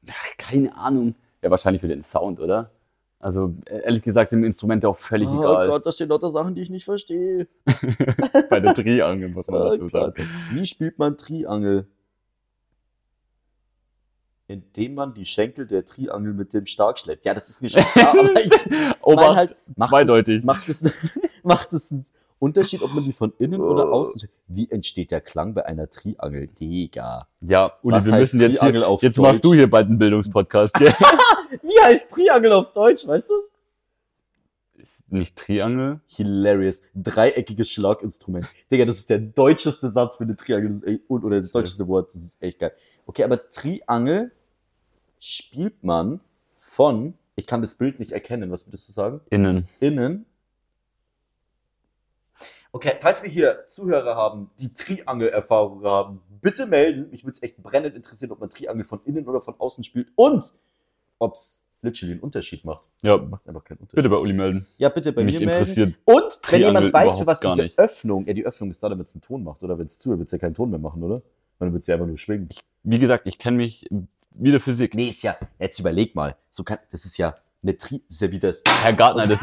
S1: Ach, keine Ahnung. Ja, wahrscheinlich für den Sound, oder? Also äh, ehrlich gesagt sind mir Instrumente auch völlig
S2: oh
S1: egal.
S2: Gott, da stehen lauter Sachen, die ich nicht verstehe.
S1: Bei der Triangel muss man
S2: *laughs* Oh
S1: dazu sagen.
S2: Gott. Wie spielt man Triangel? Indem man die Schenkel der Triangel mit dem Stark schlägt. Ja, das ist mir schon klar, *laughs* aber ich
S1: Obacht,
S2: meine halt, macht
S1: zweideutig.
S2: Es, macht, es, *laughs* macht es einen Unterschied, ob man die von innen
S1: Oh.
S2: oder außen schlägt? Wie entsteht der Klang bei einer Triangel? Digga.
S1: Ja, Uli,
S2: Was
S1: wir
S2: heißt
S1: müssen jetzt
S2: Triangel
S1: hier,
S2: auf
S1: Jetzt
S2: Deutsch?
S1: machst du hier bald einen Bildungspodcast. gell? *laughs*
S2: Wie heißt Triangel auf Deutsch, weißt du es?
S1: Nicht Triangel.
S2: Hilarious. Dreieckiges Schlaginstrument. Digga, das ist der deutscheste Satz für eine Triangel. Das ist echt, und- oder das deutscheste Wort. Das ist echt geil. Okay, aber Triangel spielt man von, ich kann das Bild nicht erkennen, was würdest du sagen?
S1: Innen.
S2: Innen. Okay, falls wir hier Zuhörer haben, die Triangel-Erfahrung haben, bitte melden. Mich würde es echt brennend interessieren, ob man Triangel von innen oder von außen spielt und ob es literally einen Unterschied macht.
S1: Ja.
S2: Macht es einfach keinen Unterschied.
S1: Bitte bei Uli melden.
S2: Ja, bitte bei
S1: Mich
S2: mir melden.
S1: interessiert.
S2: Und wenn
S1: Triangel
S2: jemand weiß, für
S1: überhaupt
S2: was
S1: gar
S2: diese
S1: nicht.
S2: Öffnung, ja, die Öffnung ist da, damit es einen Ton macht, oder wenn es zu, wird es ja keinen Ton mehr machen, oder? Dann wird es ja einfach nur schwingen.
S1: Wie gesagt, ich kenne mich wie der Physik.
S2: Nee, ist ja, jetzt überleg mal, so kann, das ist ja eine Tri, das ist ja wie das.
S1: Herr Gartner, das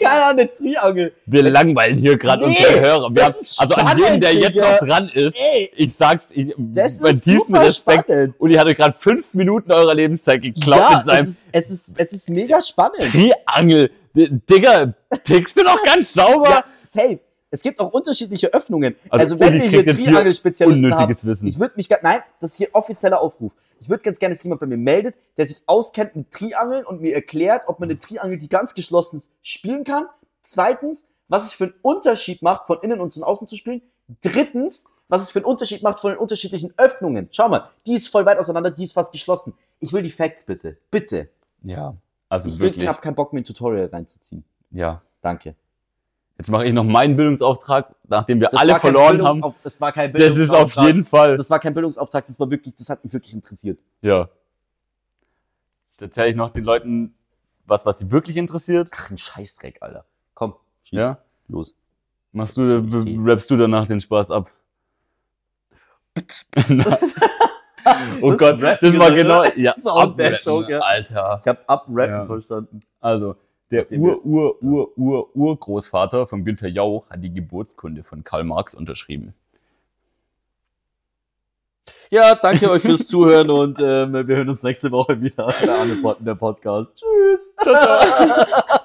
S2: Keine Ahnung, eine Triangel.
S1: *laughs* wir langweilen hier gerade
S2: Nee,
S1: unsere Hörer. Wir
S2: das
S1: haben,
S2: ist
S1: also an
S2: spannend,
S1: jeden, der jetzt
S2: Digga.
S1: noch dran ist,
S2: Ey,
S1: ich sag's, ich,
S2: das
S1: meinen
S2: ist super
S1: Respekt.
S2: spannend.
S1: Uli hatte gerade fünf Minuten eurer Lebenszeit geklaut
S2: Ja,
S1: mit seinem
S2: es ist, es, ist, es ist
S1: *laughs*
S2: mega spannend.
S1: Triangel. D- Digga, tickst du noch ganz sauber?
S2: Ja, safe. Es gibt auch unterschiedliche Öffnungen. Also,
S1: Also
S2: wenn
S1: Uli
S2: wir hier
S1: kriegt jetzt hier
S2: Triangel-Spezialisten haben,
S1: Unnötiges Wissen.
S2: Ich würde mich gerne, nein, das ist hier offizieller Aufruf. Ich würde ganz gerne, dass jemand bei mir meldet, der sich auskennt mit Triangeln und mir erklärt, ob man eine Triangel, die ganz geschlossen ist, spielen kann. Zweitens, was es für einen Unterschied macht, von innen und von außen zu spielen. Drittens, was es für einen Unterschied macht von den unterschiedlichen Öffnungen. Schau mal, die ist voll weit auseinander, die ist fast geschlossen. Ich will die Facts bitte. Bitte.
S1: ja, also
S2: ich
S1: wirklich.
S2: habe keinen Bock, mir ein Tutorial reinzuziehen.
S1: Ja.
S2: Danke.
S1: Jetzt mache ich noch meinen Bildungsauftrag, nachdem wir
S2: Das
S1: alle
S2: war kein
S1: verloren haben.
S2: Bildungsauf- Das war kein
S1: Das ist auf
S2: Bildungsauftrag.
S1: jeden Fall.
S2: Das war kein Bildungsauftrag, das war wirklich, das hat mich wirklich interessiert.
S1: Ja. Da erzähle ich noch den Leuten was, was sie wirklich interessiert.
S2: Ach, ein Scheißdreck, Alter. Komm, schieß.
S1: Ja.
S2: Los.
S1: Machst du, äh,
S2: Ich tee.
S1: rappst du danach den Spaß ab? oh
S2: Das
S1: Gott,
S2: Rap
S1: das war
S2: gewesen,
S1: genau. Ja,
S2: Das war auch ein Bad
S1: abrappen,
S2: Joke, ja.
S1: Alter.
S2: Ich habe abrappen
S1: Ja.
S2: verstanden.
S1: Also, der
S2: Nachdem wir-
S1: Ur, Ur, Ur, Ur, Urgroßvater von Günther Jauch hat die Geburtskunde von Karl Marx unterschrieben.
S2: Ja, danke euch fürs Zuhören und ähm, wir hören uns nächste Woche wieder. Der Anne Pod- der Podcast. Tschüss.
S1: Ciao, ciao.